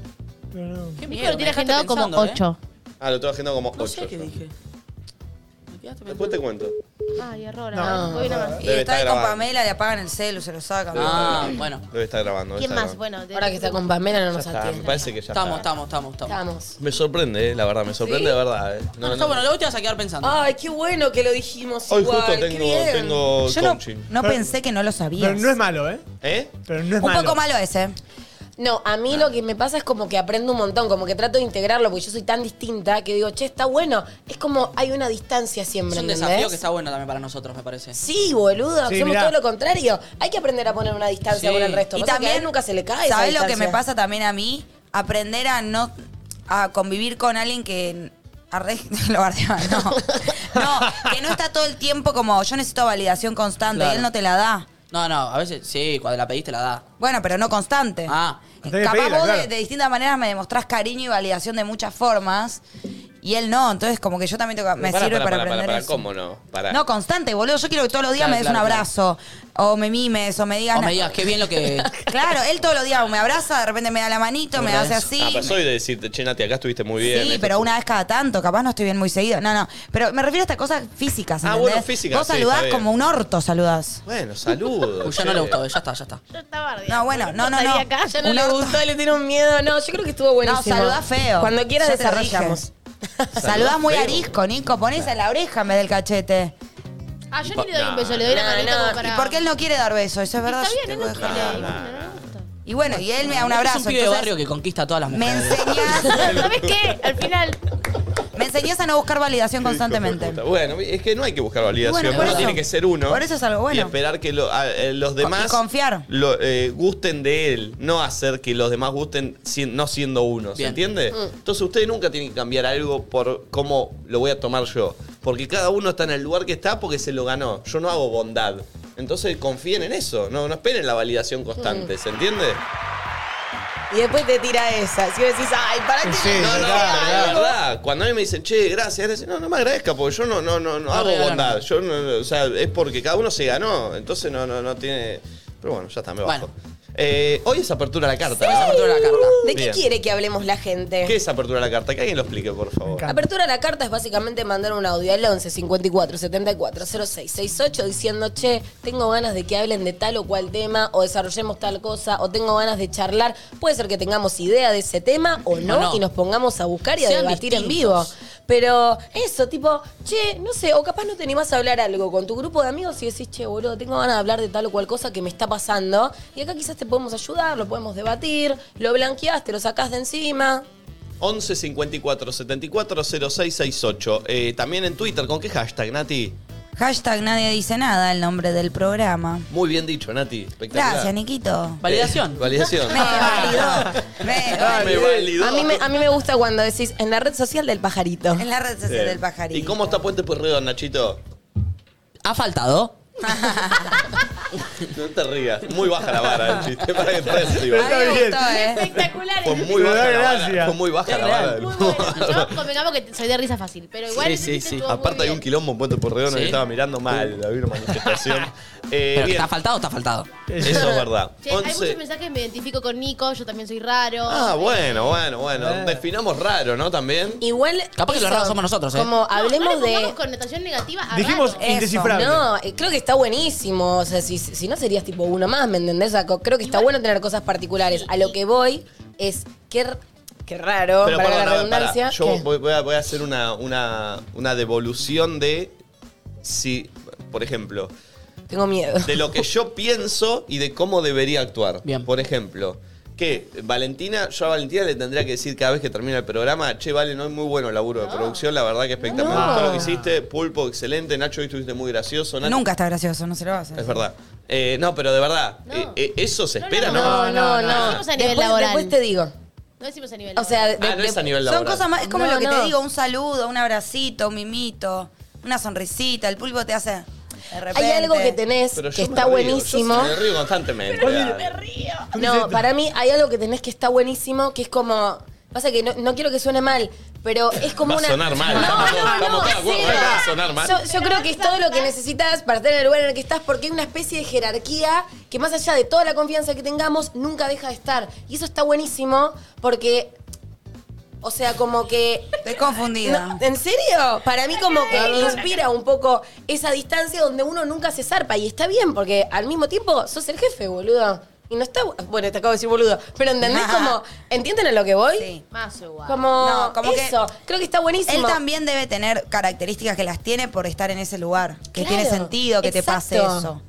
Qué Nico miedo, me lo tiene dejaste agendado como pensando, ¿eh? 8. Ah, lo tengo agendado como 8. No sé qué dije. Me quedaste Después te pensando. cuento. Ay, error. a ver, Voy una más. Y Debe está estar ahí con grabando. Pamela, le apagan el celu, se lo sacan. Debe estar Ah, grabando. bueno. Debe estar grabando. debe ¿Quién estar más? grabando. Bueno, de- Ahora que está con Pamela no Ya nos está, me atiende. parece que ya está. Estamos, estamos, estamos, estamos. Estamos. Me sorprende, eh, la verdad, me sorprende de verdad. Eh. No, no, está bueno, luego te vas a quedar pensando. Ah, Ay, qué bueno que lo dijimos Hoy igual. justo qué tengo, bien. tengo Yo no, coaching. no pensé que no lo sabías. Pero no es malo, ¿eh? ¿Eh? Pero no es Un malo. poco malo ese. No, a mí lo que me pasa es como que aprendo un montón, como que trato de integrarlo, porque yo soy tan distinta que digo, che, está bueno. Es como hay una distancia siempre. Es un ¿entendés? desafío que está bueno también para nosotros, me parece. Sí, boludo, Sí, somos mirá. todo lo contrario. Hay que aprender a poner una distancia Sí. con el resto. Y Pasa que a también él nunca se le cae. esa ¿Sabes lo que distancia. me pasa también a mí? Aprender a no a convivir con alguien que arre- lo bardeaba, no. No, que no está todo el tiempo como yo necesito validación constante Claro. y él no te la da. No, no, a veces sí, cuando la pediste la da. Bueno, pero no constante. Ah. Capaz Tenés que pedirla, vos de, claro. de distintas maneras me demostrás cariño y validación de muchas formas y él no, entonces como que yo también tengo que- me Pará, sirve pará, para, pará, pará, aprender pará, eso. ¿Cómo no? Pará. No, constante, boludo. Yo quiero que todos los días Claro, me des claro, un claro. abrazo. O me mimes, o me digas... O me na- digas, qué bien lo que. Claro, él todos los días me abraza, de repente me da la manito, me hace así. pues Ah, pero soy de decirte, che, Nati, acá estuviste muy bien. eh. sí, esto pero estuvo- una vez cada tanto, capaz no estoy bien muy seguido. No, no, pero me refiero a estas cosas físicas. Ah, ¿entendés? bueno, físicas, Vos sí, saludás está bien. como un orto, saludás. Bueno, saludos. Uy, ya no che. le gustó, ya está, ya está. Yo estaba bardeando. No, bueno, no, no, Estaría no. acá, ya no Un Le orto. gustó, le tiene un miedo. No, yo creo que estuvo buenísimo. No, saludá feo. Cuando quieras Ya te lo desarrollamos. dije. saludás muy feo. arisco, Nico. Ponés en la oreja en vez del cachete. Ah, yo ni le doy un beso, le doy la No, manita no. como para... ¿Y por qué él no quiere dar besos? Eso es verdad. Está yo bien, te él voy no a quiere. dejar. bueno, no me gusta. Y bueno, y él me da un abrazo. es un pibe de entonces, barrio que conquista a todas las me mujeres. enseñás, ¿Sabes qué? Al final, me enseñás a no buscar validación constantemente. Bueno, es que no hay que buscar validación. Bueno, por uno eso. tiene que ser uno. Por eso es algo Y bueno. esperar que lo- a- eh, los demás. y confiar. lo, eh, gusten de él. No hacer que los demás gusten si- no siendo uno. ¿Se Bien. entiende? Entonces ustedes nunca tienen que cambiar algo por cómo lo voy a tomar yo. Porque cada uno está en el lugar que está porque se lo ganó. Yo no hago bondad. Entonces confíen en eso. No, no esperen la validación constante. ¿Se entiende? Y después te tira esa. Si vos decís, ay, ¿para qué? Sí, me No, no, tira la algo?" verdad, Cuando a mí me dicen, che, gracias, gracias", no, no me agradezca, porque yo no, no, no, no hago regalo, bondad. no. Yo no- no, o sea, es porque cada uno se ganó. Entonces no, no, no tiene. Pero bueno, ya está, me bajo. Bueno. Eh, hoy es apertura a la carta. ¿no? Apertura de la carta. ¿De qué Bien. quiere que hablemos la gente? ¿Qué es apertura a la carta? Que alguien lo explique, por favor. encanta. Apertura a la carta es básicamente mandar un audio al 11 54 74 06 68 diciendo, che, tengo ganas de que hablen de tal o cual tema o desarrollemos tal cosa o tengo ganas de charlar. Puede ser que tengamos idea de ese tema o no, O no. y nos pongamos a buscar y a Sean debatir en vivo. distintos. Pero eso, tipo, che, no sé, o capaz no te animás a hablar algo con tu grupo de amigos y decís, che, boludo, tengo ganas de hablar de tal o cual cosa que me está pasando. Y acá quizás te podemos ayudar, lo podemos debatir, lo blanqueás, te lo sacás de encima. 11 54 74 06 68. Eh, también en Twitter, ¿con qué hashtag, Nati? Hashtag nadie dice nada, el nombre del programa. Muy bien dicho, Nati. Espectacular. Gracias, Niquito. Eh, Validación. Validación. Me validó. Me Ah, me validó. validó. A mí, me, a mí me gusta cuando decís en la red social del pajarito. En la red social Bien. del pajarito. Eh, ¿Y cómo está Puente Pueyrredón, Nachito? ¿Ha faltado? No te rías. Muy baja la vara el chiste. Para que te rías, Iván. A mí Está me bien. gustó, ¿eh? espectacular. Fue muy Me da baja la vara. gracia. Fue muy baja la Muy vara. bueno. Yo convengamos que soy de risa fácil, pero igual Sí, ese sí, chiste sí. estuvo muy Aparte hay bien. un quilombo en Puente Pueyrredón que Sí. estaba mirando mal. Había una manifestación. Eh, ¿Pero que bien. está faltado o está faltado? Eso es verdad. Che, hay 11. muchos mensajes, me identifico con Nico, yo también soy raro. Ah, bueno, bueno, bueno. Eh. Definamos raro, ¿no? También. Igual. Capaz que los eso, raros somos nosotros, ¿eh? Como No, hablemos no le de. pongamos connotación negativa a Dijimos raro. Eso. indescifrable. No, eh, creo que está buenísimo. O sea, si, si no serías tipo uno más, ¿me entendés? O sea, co- creo que está bueno tener cosas particulares. A lo que voy es. Qué, r- qué raro, Pero para perdón, la a ver, redundancia. pará. yo ¿Qué? voy, voy a, voy a hacer una, una, una devolución de si, por ejemplo, Tengo miedo. de lo que yo pienso y de cómo debería actuar. Bien. Por ejemplo, que Valentina, yo a Valentina le tendría que decir cada vez que termina el programa, che, vale, no es muy bueno el laburo de producción, la verdad que espectacular No. todo lo que hiciste, pulpo, excelente, Nacho, hoy estuviste muy gracioso. Nacho- ¿eh? Nunca está gracioso, no se lo vas a hacer. Es verdad. Eh, no, pero de verdad, No. eh, eh, eso se No, espera, ¿no? No, no, no. no decimos a nivel después, laboral. después te digo. No decimos a nivel. O sea, de- Ah, no de- es a nivel Son laboral. cosas más, es como No, lo que no. te digo, un saludo, un abracito, un mimito, una sonrisita, el pulpo te hace de repente. hay algo que tenés Pero yo que me está río, buenísimo. Yo me río constantemente. dale. No, para mí hay algo que tenés que está buenísimo, que es como. Pasa que no, no quiero que suene mal, pero es como Va a una. sonar mal, No, estamos todos- no, estamos no, todos de acuerdo, cero. va a sonar mal. Yo, yo creo que es todo lo que necesitas para estar en el lugar en el que estás, porque hay una especie de jerarquía que más allá de toda la confianza que tengamos, nunca deja de estar. Y eso está buenísimo porque. O sea, como que Estoy confundida. no, ¿En serio? Para mí como que inspira un poco esa distancia donde uno nunca se zarpa. Y está bien, porque al mismo tiempo sos el jefe, boludo. Y no está... Bueno, te acabo de decir boludo. Pero ¿entendés Ajá. como... ¿Entienden a lo que voy? Sí. Más igual. Como... No, como que- eso. Creo que está buenísimo. Él también debe tener características que las tiene por estar en ese lugar. Que Claro, tiene sentido que te pase exacto. eso.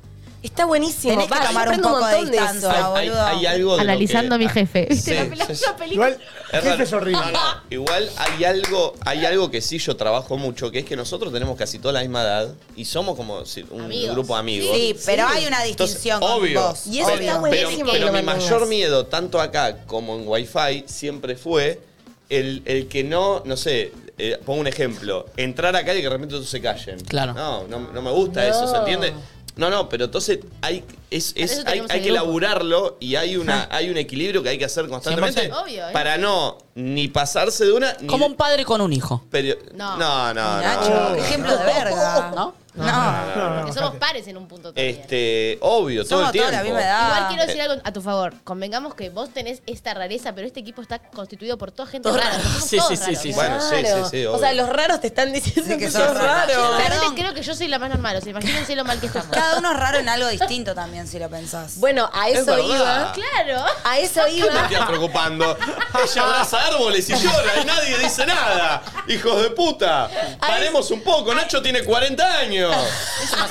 Está buenísimo. Tenés que Va, yo tomar un aprendo poco de montón eso. distancia. Hay, hay- boludo. hay algo de lo Analizando a que- Ah. mi jefe. ¿Viste? Sí, la película, sí, sí. la película. Igual, Es jefe raro. es horrible. No, no, Igual hay algo, hay algo que sí yo trabajo mucho, que es que nosotros tenemos casi toda la misma edad y somos como si- un Amigos. grupo de amigos. Sí, pero Sí. hay una Entonces, distinción obvio, con vos. Y eso obvio. está pero, buenísimo que pero lo mi mantengas. mayor miedo, tanto acá como en Wi-Fi, siempre fue el, el que no, no sé, eh, pongo un ejemplo, entrar acá y que de repente todos se callen. Claro. No, no, no me gusta No. eso, ¿se entiende? No, no, pero entonces hay, es, es- eso hay, tenemos hay el que grupo. laburarlo y hay, una, hay un equilibrio que hay que hacer constantemente 100%. Obvio, ¿eh? para no ni pasarse de una ni Como un padre con un hijo. Oh, Pero- No. no, no, no. Nacho, no. qué ejemplo Ah, de verga. ¿No? No. No, Que no, somos bajate. pares en un punto todavía. Este, obvio, todo el Somos tiempo. todos la misma edad. Igual quiero eh. decir algo a tu favor. Convengamos que vos tenés esta rareza, pero este equipo está constituido por toda gente Todo rara. raro. Somos Sí, todos sí, sí, raros. sí, sí. Bueno, sí, Claro. sí, sí, O sea, obvio. los raros te están diciendo Sí, que que sos sos raro. raro. Realmente Perdón. creo que yo soy la más normal. O sea, imagínense lo mal que estamos. Cada uno es raro en algo distinto también, si lo pensás. Bueno, a Es eso verdad. iba. Claro. A eso Me iba. estoy preocupando. Ella abraza árboles y llora y nadie dice nada. Hijos de puta. Paremos un poco. Nacho tiene 40 años.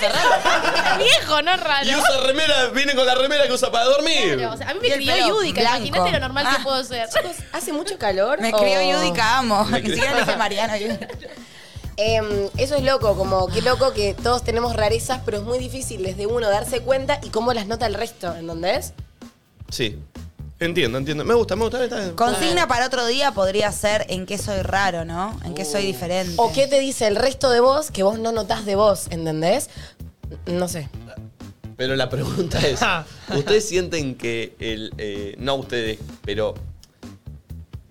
Viejo, no raro. Y usa remera, viene con la remera que usa para dormir. Claro, o sea, a mí Y me el crió pelo Yudica. blanco. Imagínate lo normal que Ah. puedo ser. ¿Hace mucho calor? me escribió o- Yudica, amo. Me Ni siquiera le dije Mariano. Yudica. Em, eso es loco, como qué loco que todos tenemos rarezas, pero es muy difícil desde uno darse cuenta y cómo las nota el resto, ¿entendés? Sí. Entiendo, entiendo. Me gusta, me gusta. está bien. Consigna para otro día podría ser en qué soy raro, ¿no? En qué Uh. soy diferente. O qué te dice el resto de vos que vos no notás de vos, ¿entendés? No sé. Pero la pregunta es, ¿ustedes sienten que el... eh, no ustedes, pero...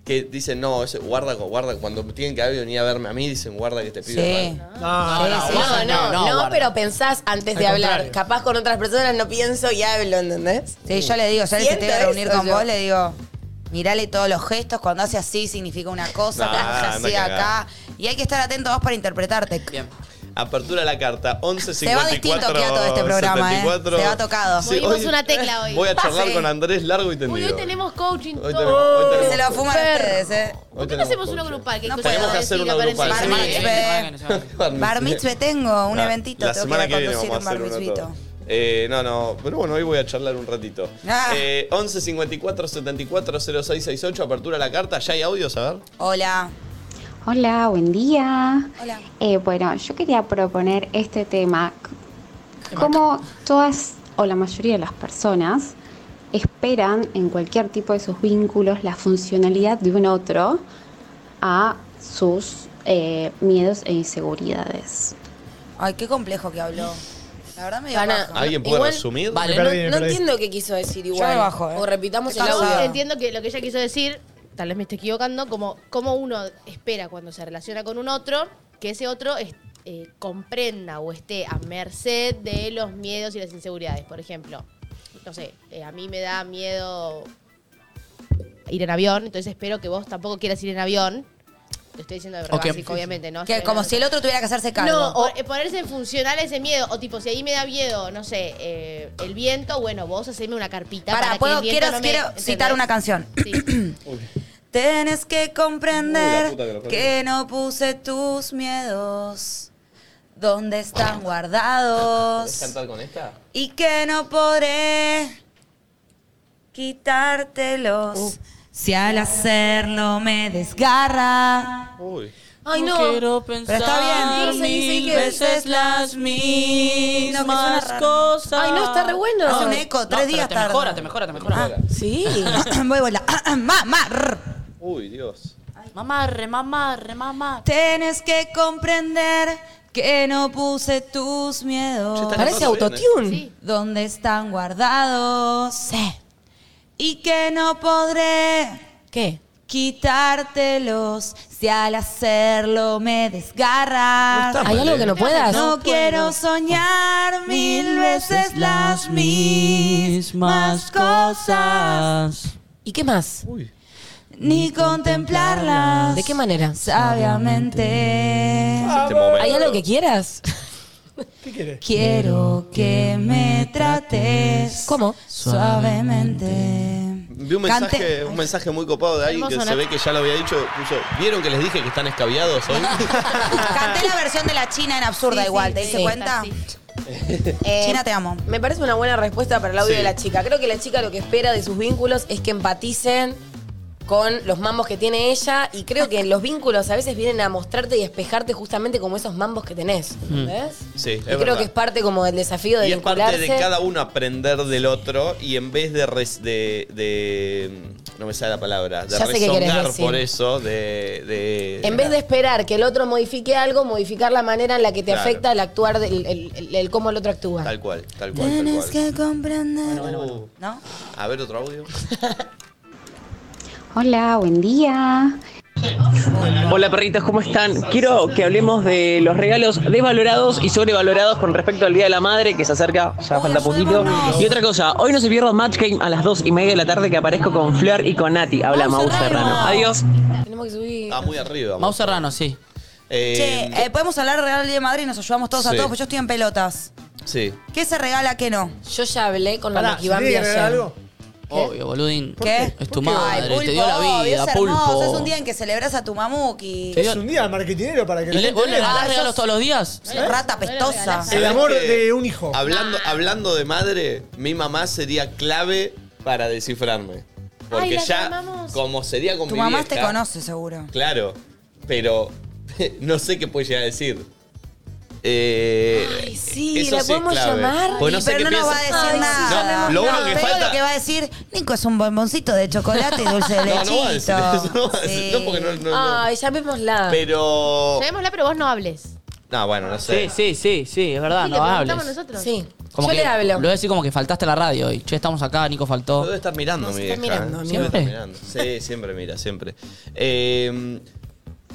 Que dicen, no, ese, guarda, guarda. Cuando tienen que venir a verme a mí, dicen, guarda que este pibe es Sí. raro. No, Sí, no. sí. No, guarda, no, no, no, no, guarda. pero pensás antes de Al hablar. contrario. Capaz con otras personas no pienso y hablo, ¿entendés? Sí, yo le digo, yo si Siento te voy a reunir eso con yo. vos, le digo, mirale todos los gestos, cuando hace así significa una cosa, Nah, cuando hace anda así a cagar. acá. Y hay que estar atento vos para interpretarte. Bien. Apertura a la carta, 11 Se va 54 distinto que a todo este programa, ¿eh? 74. Se va tocado. Movimos una tecla hoy. Voy a charlar Sí. con Andrés largo y tendido. Uy, hoy tenemos coaching. Hoy todo. tenemos- hoy tenemos- Que se lo fuman Perro. ustedes, ¿eh? Hoy ¿Por qué no tenemos hacemos coaching. uno grupal? No escucha podemos la hacer vecina, una parece grupal. que- Bar eh. Sí. mitzvah. Bar mitzvah tengo, un Ah, eventito. La tengo semana que ir a que viene conducir vamos un a bar hacer uno todo. mitzvito. Eh, no, no, pero bueno, hoy voy a charlar un ratito. Ah. Eh, 11 54 74 0668, apertura a la carta. ¿Ya hay audios? A ver. Hola. Hola, buen día. Hola. Eh, bueno, yo quería proponer este tema. Como todas o la mayoría de las personas esperan en cualquier tipo de sus vínculos la funcionalidad de un otro a sus eh, miedos e inseguridades. Ay, qué complejo que habló. La verdad me dio Ana, Ah, bajo. ¿Alguien puede Igual- resumir? Vale, No, no- Perdí, no perdí. entiendo qué quiso decir igual. me bajo, eh. O repitamos el Estoy audio. cansada. Entiendo que lo que ella quiso decir, tal vez me esté equivocando, como, como uno espera cuando se relaciona con un otro, que ese otro es- eh, comprenda o esté a merced de los miedos y las inseguridades. Por ejemplo, no sé, eh, a mí me da miedo ir en avión, entonces espero que vos tampoco quieras ir en avión. Lo estoy diciendo de O que- básico, obviamente, ¿no? Que Estoy como hablando- si el otro tuviera que hacerse cargo. no, o eh, ponerse en funcional ese miedo. O tipo, si ahí me da miedo, no sé, eh, el viento, bueno, vos haceme una carpita. Pará, para, puedo- que el viento quiero- no me- quiero ¿entendés? citar una canción. Sí. Tienes que Uy, la comprender puta que lo parió. que no puse tus miedos donde están guardados con esta? y que no podré quitártelos Uh. si al hacerlo me desgarra. Uy. Ay, no. Quiero Pero pensar está bien. Sí, sí, sí, mil que- veces las No, que suena mismas raro. cosas. Ay, no, está re bueno. Hace un eco, tres pero días Ah. te tarda. mejora, te mejora, te mejora. Sí. Voy a volar. Ma, ma, rr. Uy, Dios. Mamarre, mamarre, mamarre. Tienes que comprender que no puse tus miedos. Che, está Parece cantando bien, ¿eh? autotune. Sí. donde están guardados y que no podré ¿Qué? quitártelos si al hacerlo me desgarras. ¿Hay algo ¿eh? que no puedas? No, quiero soñar mil veces las mismas cosas ¿Y qué más? ni contemplarlas ¿De qué manera? sabiamente. Este momento. ¿Hay algo que quieras? ¿Qué querés? Quiero que me trates ¿Cómo? suavemente. Vi un Cante- mensaje, un mensaje muy copado de alguien que Hermoso, se ¿no? ve que ya lo había dicho. Puso, ¿Vieron que les dije que están escabiados hoy? Canté la versión de la China en absurda Sí, igual, sí, ¿te sí, diste sí, cuenta? sí. Eh, China, te amo. Me parece una buena respuesta para el audio Sí. de la chica. Creo que la chica lo que espera de sus vínculos es que empaticen con los mambos que tiene ella y creo que los vínculos a veces vienen a mostrarte y espejarte justamente como esos mambos que tenés. ¿Ves? Mm. Sí, es creo verdad. que es parte como del desafío de Y es parte de vincularse. cada uno aprender del otro y en vez de. res- de, de- no me sale la palabra. De Ya sé qué querés rezongar decir. por eso, de. de- En vez de esperar que el otro modifique algo, modificar la manera en la que te Claro. afecta el actuar, del- el, el- el cómo el otro actúa. Tal cual, tal cual, tal Tienes cual. que comprender. Uh, ¿No? A ver, otro audio. Hola, buen día. Hola perritos, ¿cómo están? Quiero que hablemos de los regalos desvalorados y sobrevalorados con respecto al Día de la Madre que se acerca, ya Uy, falta poquito. ayúdanos. Y otra cosa, hoy no se pierda Match Game a las 2 y media de la tarde que aparezco con Flor y con Nati. Habla Vamos, Mau Serrano. Serrano. Adiós. Tenemos que subir. Ah, muy arriba. Mau Serrano, sí. Eh, Che, eh, podemos hablar de Real Día de Madrid y nos ayudamos todos a Sí. todos, porque yo estoy en pelotas. Sí. ¿Qué se regala, qué no? Yo ya hablé con la Pará, ¿se tiene Maquibambi que ayer. agregar algo? Obvio, boludín. ¿Qué? Es tu madre, te dio la obvio, vida, es hermoso, pulpo. Es un día en que celebras a tu mamuki. Te Es dio- un día marketinero para que ¿Y la le, gente vos le vea. das regalos todos los días? Rata pestosa. El amor de un hijo. Hablando, hablando de madre, mi mamá sería clave para descifrarme. Porque Ay, la ya, llamamos. como sería con Tu mi mamá vieja, te conoce, seguro. Claro, pero no sé qué puede llegar a decir. Eh, Ay, sí, eso ¿la es podemos clave. llamar? Pues Y sé pero qué no nos va a piensa. decir Ay, sí, nada. Lo único No, que pero falta- lo que va a decir, Nico es un bomboncito de chocolate y dulce de No, lechito. no va a decir eso, no va a decir- no, porque no, no- no. Ay, llamémosla. Pero... Sabémosla, pero vos no hables. No, bueno, no sé. Sí, sí, sí, sí, es Ah, verdad, Sí, no le preguntamos hables. nosotros. Sí, Como yo que- le hablo. Lo voy a decir como que faltaste a la radio hoy. Che, estamos acá, Nico faltó. Debe estar mirando, Nos mi está vieja. mirando, ¿eh? amigo. Debe estar mirando. Sí, siempre mira, siempre. Eh,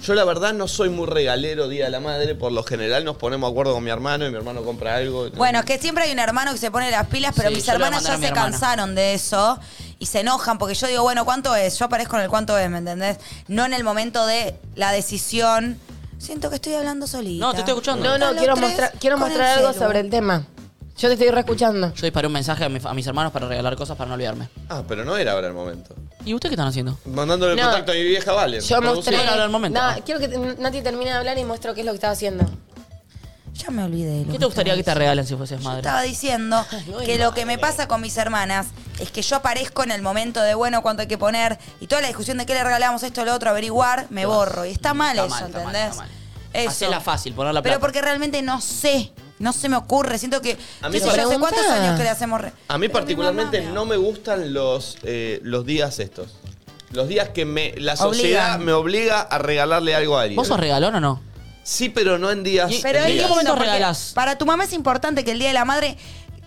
yo la verdad no soy muy regalero Día de la Madre. Por lo general nos ponemos de acuerdo con mi hermano y mi hermano compra algo. Bueno, es que siempre hay un hermano que se pone las pilas, pero Sí, mis yo le voy a hermanas mandar ya a mi se hermana. cansaron de eso y se enojan porque yo digo, bueno, ¿cuánto es? Yo aparezco en el cuánto es, ¿me entendés? No en el momento de la decisión. Siento que estoy hablando solita. No, te estoy escuchando. No, A no, los quiero tres mostrar, quiero con el mostrar algo celu. sobre el tema. Yo te estoy reescuchando. Yo disparé un mensaje a, mi- a mis hermanos para regalar cosas para no olvidarme. Ah, pero no era ahora el momento. ¿Y ustedes qué están haciendo? Mandándole el No. contacto a mi vieja, vale. Yo mostré. Bueno, habla al momento. No, Ah. quiero que te- Nati termine de hablar y muestro qué es lo que estaba haciendo. Ya me olvidé. de lo ¿Qué te que gustaría que te estaba regalen si fueses madre? Estaba diciendo que lo que me pasa con mis hermanas es que yo aparezco en el momento de, bueno, cuánto hay que poner y toda la discusión de qué le regalamos esto, lo otro, averiguar, me borro. Y está mal Está eso, mal, está mal, ¿entendés? está mal. Eso. Hacela fácil, ponerla Pero plata. porque realmente no sé, no se me ocurre. Siento que. A mí qué sé yo, hace pregunta. cuántos años que le hacemos. re- A mí Pero mi particularmente mamá no me gustan los, eh, los días estos. Los días que me, la sociedad Obligan. me obliga a regalarle algo a alguien. ¿Vos sos regalón o no? Sí, pero no en días. Y- Pero en ¿En es qué días. momento lindo, porque regalás? Para tu mamá es importante que el día de la madre.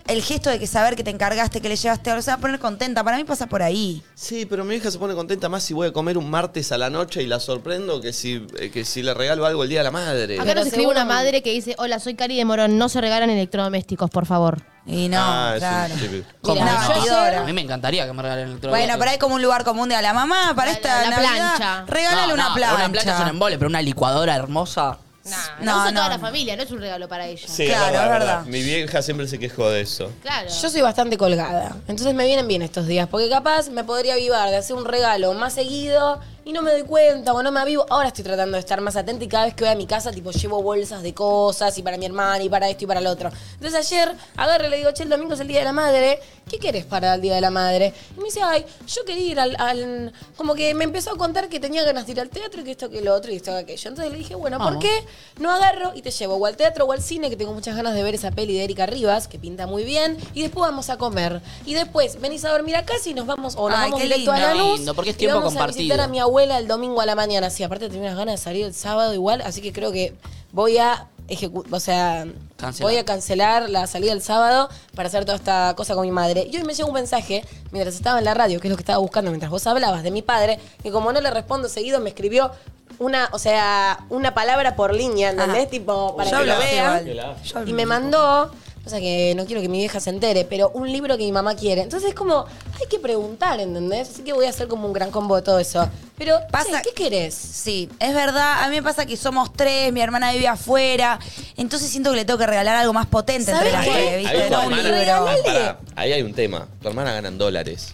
El gesto de que saber que te encargaste, que le llevaste algo, se va a poner contenta. Para mí pasa por ahí. Sí, pero mi hija se pone contenta más si voy a comer un martes a la noche y la sorprendo que si, eh, que si le regalo algo el día de la madre. Ah, Acá Pero nos escribe una seguro- madre que dice, hola, soy Cari de Morón, no se regalan electrodomésticos, por favor. Y no, Ah, es un claro. típico. ¿Cómo Una que no? batidora. A mí me encantaría que me regalen electrodomésticos. Bueno, pero hay como un lugar común de a la mamá para La- esta la Navidad. plancha. Regálale No, una no, plancha. Una plancha es un embole, pero una licuadora hermosa. Nah, No, no, usa no, toda no. la familia, no es un regalo para ella. Sí, Claro, es verdad. Mi vieja siempre se quejó de eso. Claro. Yo soy bastante colgada. Entonces me vienen bien estos días. Porque capaz me podría avivar de hacer un regalo más seguido y no me doy cuenta o no me avivo. Ahora estoy tratando de estar más atenta y cada vez que voy a mi casa, tipo, llevo bolsas de cosas y para mi hermana y para esto y para lo otro. Entonces ayer agarro y le digo, che, el domingo es el día de la madre. ¿Qué querés para el día de la madre? Y me dice, ay, yo quería ir al, al-". Como que me empezó a contar que tenía ganas de ir al teatro y que esto, que lo otro y esto, que aquello. Entonces le dije, bueno, ¿por Vamos. qué? no agarro y te llevo o al teatro o al cine, que tengo muchas ganas de ver esa peli de Erika Rivas, que pinta muy bien, y después vamos a comer. Y después venís a dormir a casa y nos vamos, o nos Ay, vamos qué directo a lindo. la luz. Lindo, porque es tiempo y vamos a compartido. visitar a mi abuela el domingo a la mañana. Sí, aparte tenía unas ganas de salir el sábado igual, así que creo que voy a ejecutar, o sea, Cancelar. voy a cancelar la salida el sábado para hacer toda esta cosa con mi madre. Y hoy me llegó un mensaje, mientras estaba en la radio, que es lo que estaba buscando mientras vos hablabas, de mi padre, que como no le respondo seguido, me escribió una, o sea, una palabra por línea, ¿entendés? Ajá. Tipo, para Ah. Yo que lo lo veo vean. igual. Yo Y lo me veo. mandó, o sea que no quiero que mi vieja se entere, pero un libro que mi mamá quiere. Entonces es como, hay que preguntar, ¿entendés? Así que voy a hacer como un gran combo de todo eso. Pero, Pasa- che, ¿qué querés? Sí, es verdad. A mí me pasa que somos tres, mi hermana vive afuera. Entonces siento que le tengo que regalar algo más potente entre ¿Sabés las qué? tres, Ahí, ¿viste? tu No, un hermana- libro. Regalale. Pará, ahí hay un tema. Tu hermana gana en dólares.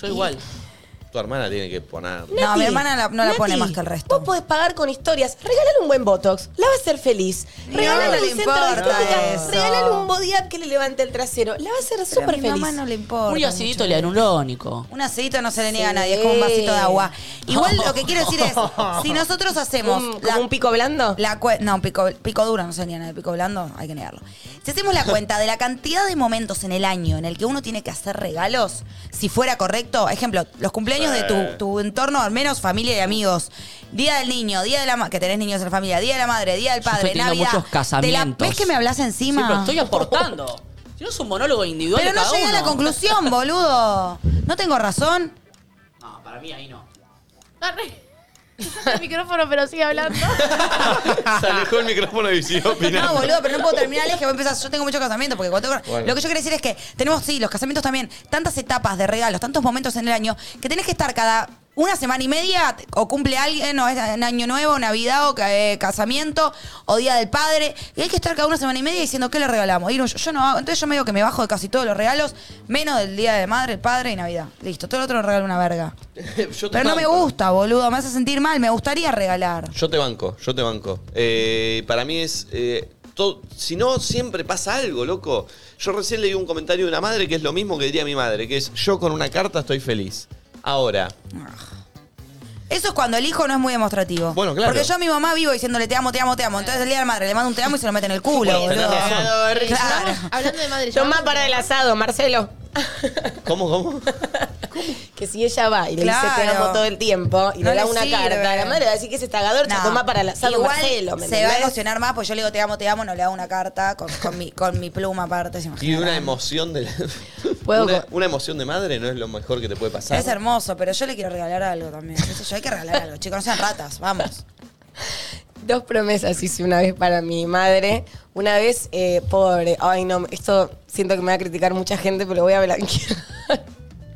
Yo igual. Tu hermana tiene que poner. No, mi hermana la- no la pone Nati, más que el resto. Vos podés pagar con historias. Regálale un buen Botox. La va a hacer feliz. No le Regálale un centro de importa estética. eso. Regálale un body up que le levante el trasero. La va a hacer Pero a súper mi feliz. mamá no le importa. Un acidito leanurónico. Un acidito no se le niega a Sí. nadie, es como un vasito de agua. Igual lo que quiero decir es, si nosotros hacemos ¿Un- la- Mm, como un pico Oh. blando? la cue- no, pico, pico duro no se niega nada, pico blando hay que negarlo. Si hacemos la cuenta de la cantidad de momentos en el año en el que uno tiene que hacer regalos, si fuera correcto, ejemplo, los cumpleaños de tu, tu entorno, al menos familia y amigos, día del niño, día de la ma- que tenés niños en la familia, día de la madre, día del Yo padre, estoy teniendo Navidad, muchos de la- casamientos. ¿Ves que me hablas Sí, encima? pero estoy aportando. Si no es un monólogo individual Pero de no cada llegué a la uno. conclusión, boludo. No tengo razón. No, para mí ahí no. Arre. El micrófono, pero sigue hablando. Se alejó el micrófono y siguió opinando. No, boludo, pero no puedo terminar, es que voy a empezar. Yo tengo muchos casamientos, porque cuando tengo- Bueno. Lo que yo quiero decir es que tenemos, sí, los casamientos también, tantas etapas de regalos, tantos momentos en el año, que tenés que estar cada una semana y media, o cumple alguien, o es en Año Nuevo, Navidad, o ca- eh, casamiento, o Día del Padre, y hay que estar cada una semana y media diciendo qué le regalamos. Y no, yo, yo no hago, entonces yo me digo que me bajo de casi todos los regalos, menos del Día de Madre, el Padre y Navidad. Listo, todo el otro lo regalo una verga. Yo te Pero no me banco. gusta, boludo, me hace sentir mal, me gustaría regalar. Yo te banco, yo te banco. Eh, para mí es. eh, to- si no, siempre pasa algo, loco. Yo recién leí un comentario de una madre que es lo mismo que diría mi madre, que es yo con una carta estoy feliz. Ahora, Eso es cuando el hijo no es muy demostrativo. Bueno, claro. Porque yo a mi mamá vivo diciéndole te amo, te amo, te amo. Entonces el día de la madre le mando un te amo y se lo mete en el culo, Bueno, tenés boludo. razón. Claro. Llevamos- Hablando de madre. Tomá llevamos- para el asado, Marcelo. ¿cómo, cómo? Que si ella va y le Claro. dice te amo todo el tiempo y No le da le una sirve. carta, la madre va a decir que es estagador, No. tomá para el asado, Igual Marcelo. ¿me se va a entendés? emocionar más, pues yo le digo te amo, te amo, no le hago una carta con, con mi, con mi pluma aparte. ¿se Y imaginan? una emoción de la- Puedo una, con- una emoción de madre no es lo mejor que te puede pasar. Es hermoso, pero yo le quiero regalar algo también. Qué sé yo, hay que regalar algo, chicos, no sean ratas, vamos. Dos promesas hice una vez para mi madre. Una vez, eh, pobre, ay no, esto siento que me va a criticar mucha gente, pero lo voy a blanquear.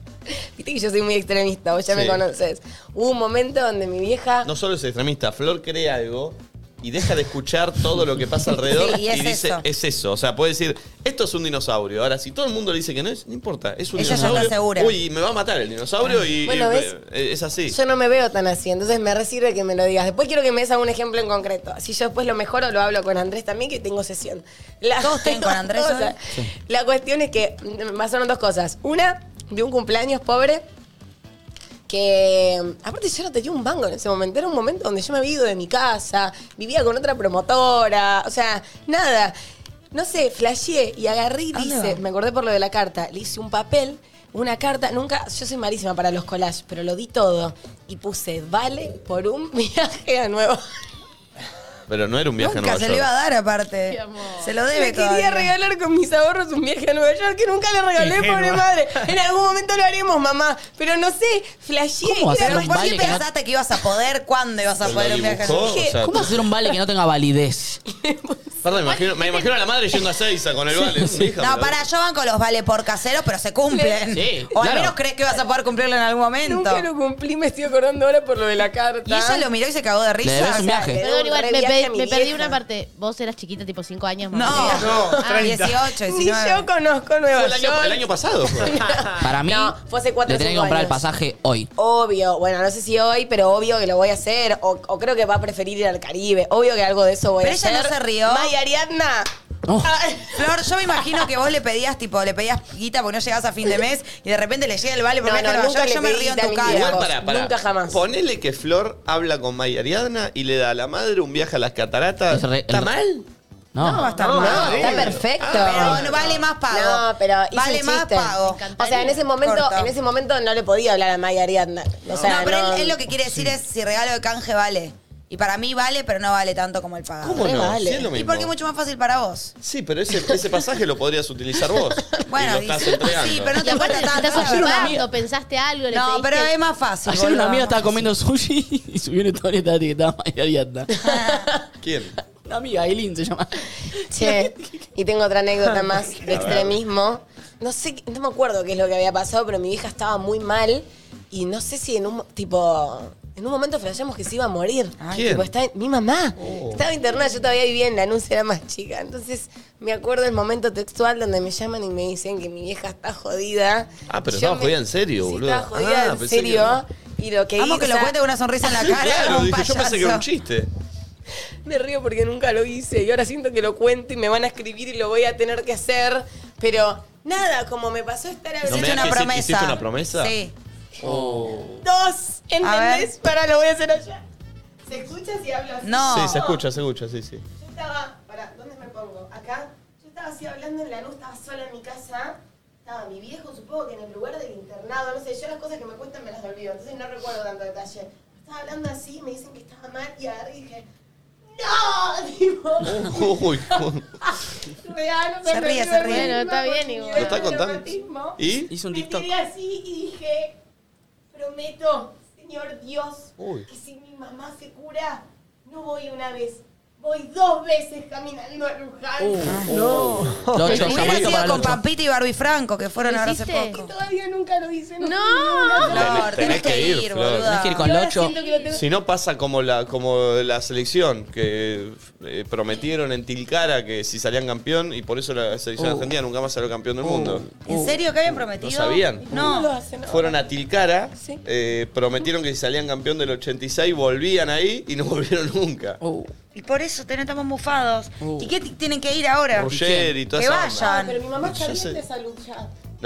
Viste que yo soy muy extremista, vos ya me Sí. conoces. Hubo un momento donde mi vieja. No solo es extremista, Flor cree algo y deja de escuchar todo lo que pasa alrededor Sí, y, y es dice, eso. es eso. O sea, puede decir, esto es un dinosaurio. Ahora, si todo el mundo le dice que no es, no importa, es un Ella ya está dinosaurio. segura. Uy, me va a matar el dinosaurio y, Bueno, y- ¿ves? eh, es así. Yo no me veo tan así, entonces me resirve que me lo digas. Después quiero que me des algún ejemplo en concreto. Así yo después lo mejoro, lo hablo con Andrés también, que tengo sesión. La, ¿Todos tienen con Andrés cosa- hoy? La cuestión es que mm, me pasaron dos cosas. Una, de un cumpleaños pobre, que aparte yo no tenía un banco en ese momento, era un momento donde yo me había ido de mi casa, vivía con otra promotora, o sea, nada. No sé, flasheé y agarré y ¿A dónde dice, va? me acordé por lo de la carta, le hice un papel, una carta, nunca, yo soy malísima para los collages, pero lo di todo y puse, vale por un viaje a Nueva Pero no era un viaje a Nunca Nueva se York. le iba a dar aparte. Se lo debe Le quería todavía. regalar con mis ahorros un viaje a Nueva York que nunca le regalé, Ingenua. pobre madre. En algún momento lo haremos, mamá. Pero no sé, flasheé. ¿Cómo hacer era un ¿Por Vale qué que no- pensaste que ibas a poder? ¿Cuándo ibas a Lo poder un viaje? dibujó, o sea, ¿Cómo hacer un vale que no tenga validez? Aparte, me imagino, me imagino a la madre yendo a Seiza con el vale. Hija, No, pero- para, yo banco los vale por caseros, pero se cumplen. Sí, o al claro. menos crees que vas a poder cumplirlo en algún momento. Nunca lo cumplí, me estoy acordando ahora por lo de la carta. Y ella lo miró y se cagó de risa. debes o un sea, viaje. que- Perdón, igual, me, Reviaje pe- a mi me perdí vieja. una parte. Vos eras chiquita, tipo 5 años más. No, No, Ah, 30. 18, Ni 19. yo conozco Nueva Fue el, año, York. el año pasado. fue. Para mí, No, fue hace cuatro le tenés que cinco comprar el años. pasaje hoy. Obvio, bueno, no sé si hoy, pero obvio que lo voy a hacer. O, o creo que va a preferir ir al Caribe. Obvio que algo de eso voy Pero a ella hacer. no se rió. Maya Ariadna. Ah, Oh. Ay. Flor, yo me imagino que vos le pedías, tipo, le pedías guita porque no llegabas a fin de mes y de repente le llega el vale por No, viaje a no, Nueva nunca York, le yo me pedí río en guita a tu mi cara. vieja. Igual, pará, pará. Nunca jamás. Ponele que Flor habla con May Ariadna y le da a la madre un viaje a las cataratas. Es re- ¿Está el- mal? No. No, va a estar No, mal. no, Está Bueno. perfecto. Pero no, vale más pago. No, pero hice vale un más chiste. pago. O sea, en ese momento, Corto. en ese momento no le podía hablar a Maya Ariadna. O sea, no, pero no- él, él lo que quiere decir es si regalo de canje vale. Y para mí vale, pero no vale tanto como el pagado. ¿Cómo Re no? vale. Sí, es lo Y mismo. porque es mucho más fácil para vos. Sí, pero ese, ese pasaje lo podrías utilizar vos. y Bueno, lo estás sí, entregando. sí, pero no Y te aparte cuesta te tanto. estás la verdad. ocupando, pensaste algo, le No, pediste- pero es más fácil. Ayer una boludo. amiga estaba comiendo sushi y subió una historia y estaba etiquetada Maya Ariadna. ¿Quién? Una amiga, Eileen se llama. Che, y tengo otra anécdota más de extremismo. No sé, no me acuerdo qué es lo que había pasado, pero mi hija estaba muy mal y no sé si en un tipo En un momento flashamos que se iba a morir. ¿Quién? Tipo, está- mi mamá. Oh. Estaba internada, yo todavía vivía en Lanús, era más chica. Entonces me acuerdo el momento textual donde me llaman y me dicen que mi vieja está jodida. Ah, pero Yo estaba me- jodida en serio, Sí, boludo. estaba jodida Ah, en pensé que serio. Y lo que Vamos hice- que lo o sea, cuente con una sonrisa en la cara. Claro, un dije, yo pensé que era un payaso. chiste. Me río porque nunca lo hice y ahora siento que lo cuento y me van a escribir y lo voy a tener que hacer. Pero nada, como me pasó estar No hablando. me Hiciste digas una que hici- promesa. hiciste una promesa. Sí. Dos, ¿entendés? Para, lo voy a hacer allá. ¿Se escucha si hablo así? No. Sí, se escucha, se escucha, sí, sí. Yo estaba, para, ¿dónde me pongo? Acá. Yo estaba así hablando en la luz, estaba sola en mi casa. Estaba mi viejo, supongo que en el lugar del internado. No sé, yo las cosas que me cuentan me las olvido, entonces no recuerdo tanto detalle. Estaba hablando así, me dicen que estaba mal y agarré y dije, ¡No! Tipo, Uy, ¿cómo? real, no Se me ríe, olvido se el ríe. mismo Bueno, está bien oportunidad igual. ¿Lo está de contando? traumatismo. ¿Y? Hizo un Me TikTok. quedé así y dije, prometo, Señor Dios, Uy. que si mi mamá se cura, no voy una vez, voy dos veces caminando a Uh, Luján. Locho, Hubiera llamadito para sido con Locho. Pampita y Barbie Franco, que fueron ¿Lo ahora hace hiciste? poco. Todavía nunca lo hice. No. Flor, tenés que ir, Flor. Tenés boluda. que ir con Locho. Siento que lo tengo- Si no pasa como la, como la selección, que eh, prometieron en Tilcara que si salían campeón, y por eso la selección Uh. argentina nunca más salió campeón del mundo. ¿En serio? ¿Qué habían prometido? ¿No sabían? No lo No. hacen. Fueron a Tilcara, eh, prometieron que si salían campeón del 86 volvían ahí y no volvieron nunca. Uh, Y por eso tenés- estamos mufados. Uh. ¿Y qué t- tienen que ir ahora? Roger y toda Que esa onda. Ah, Pero vayan. mi mamá está Ya bien sé. de salud ya. No,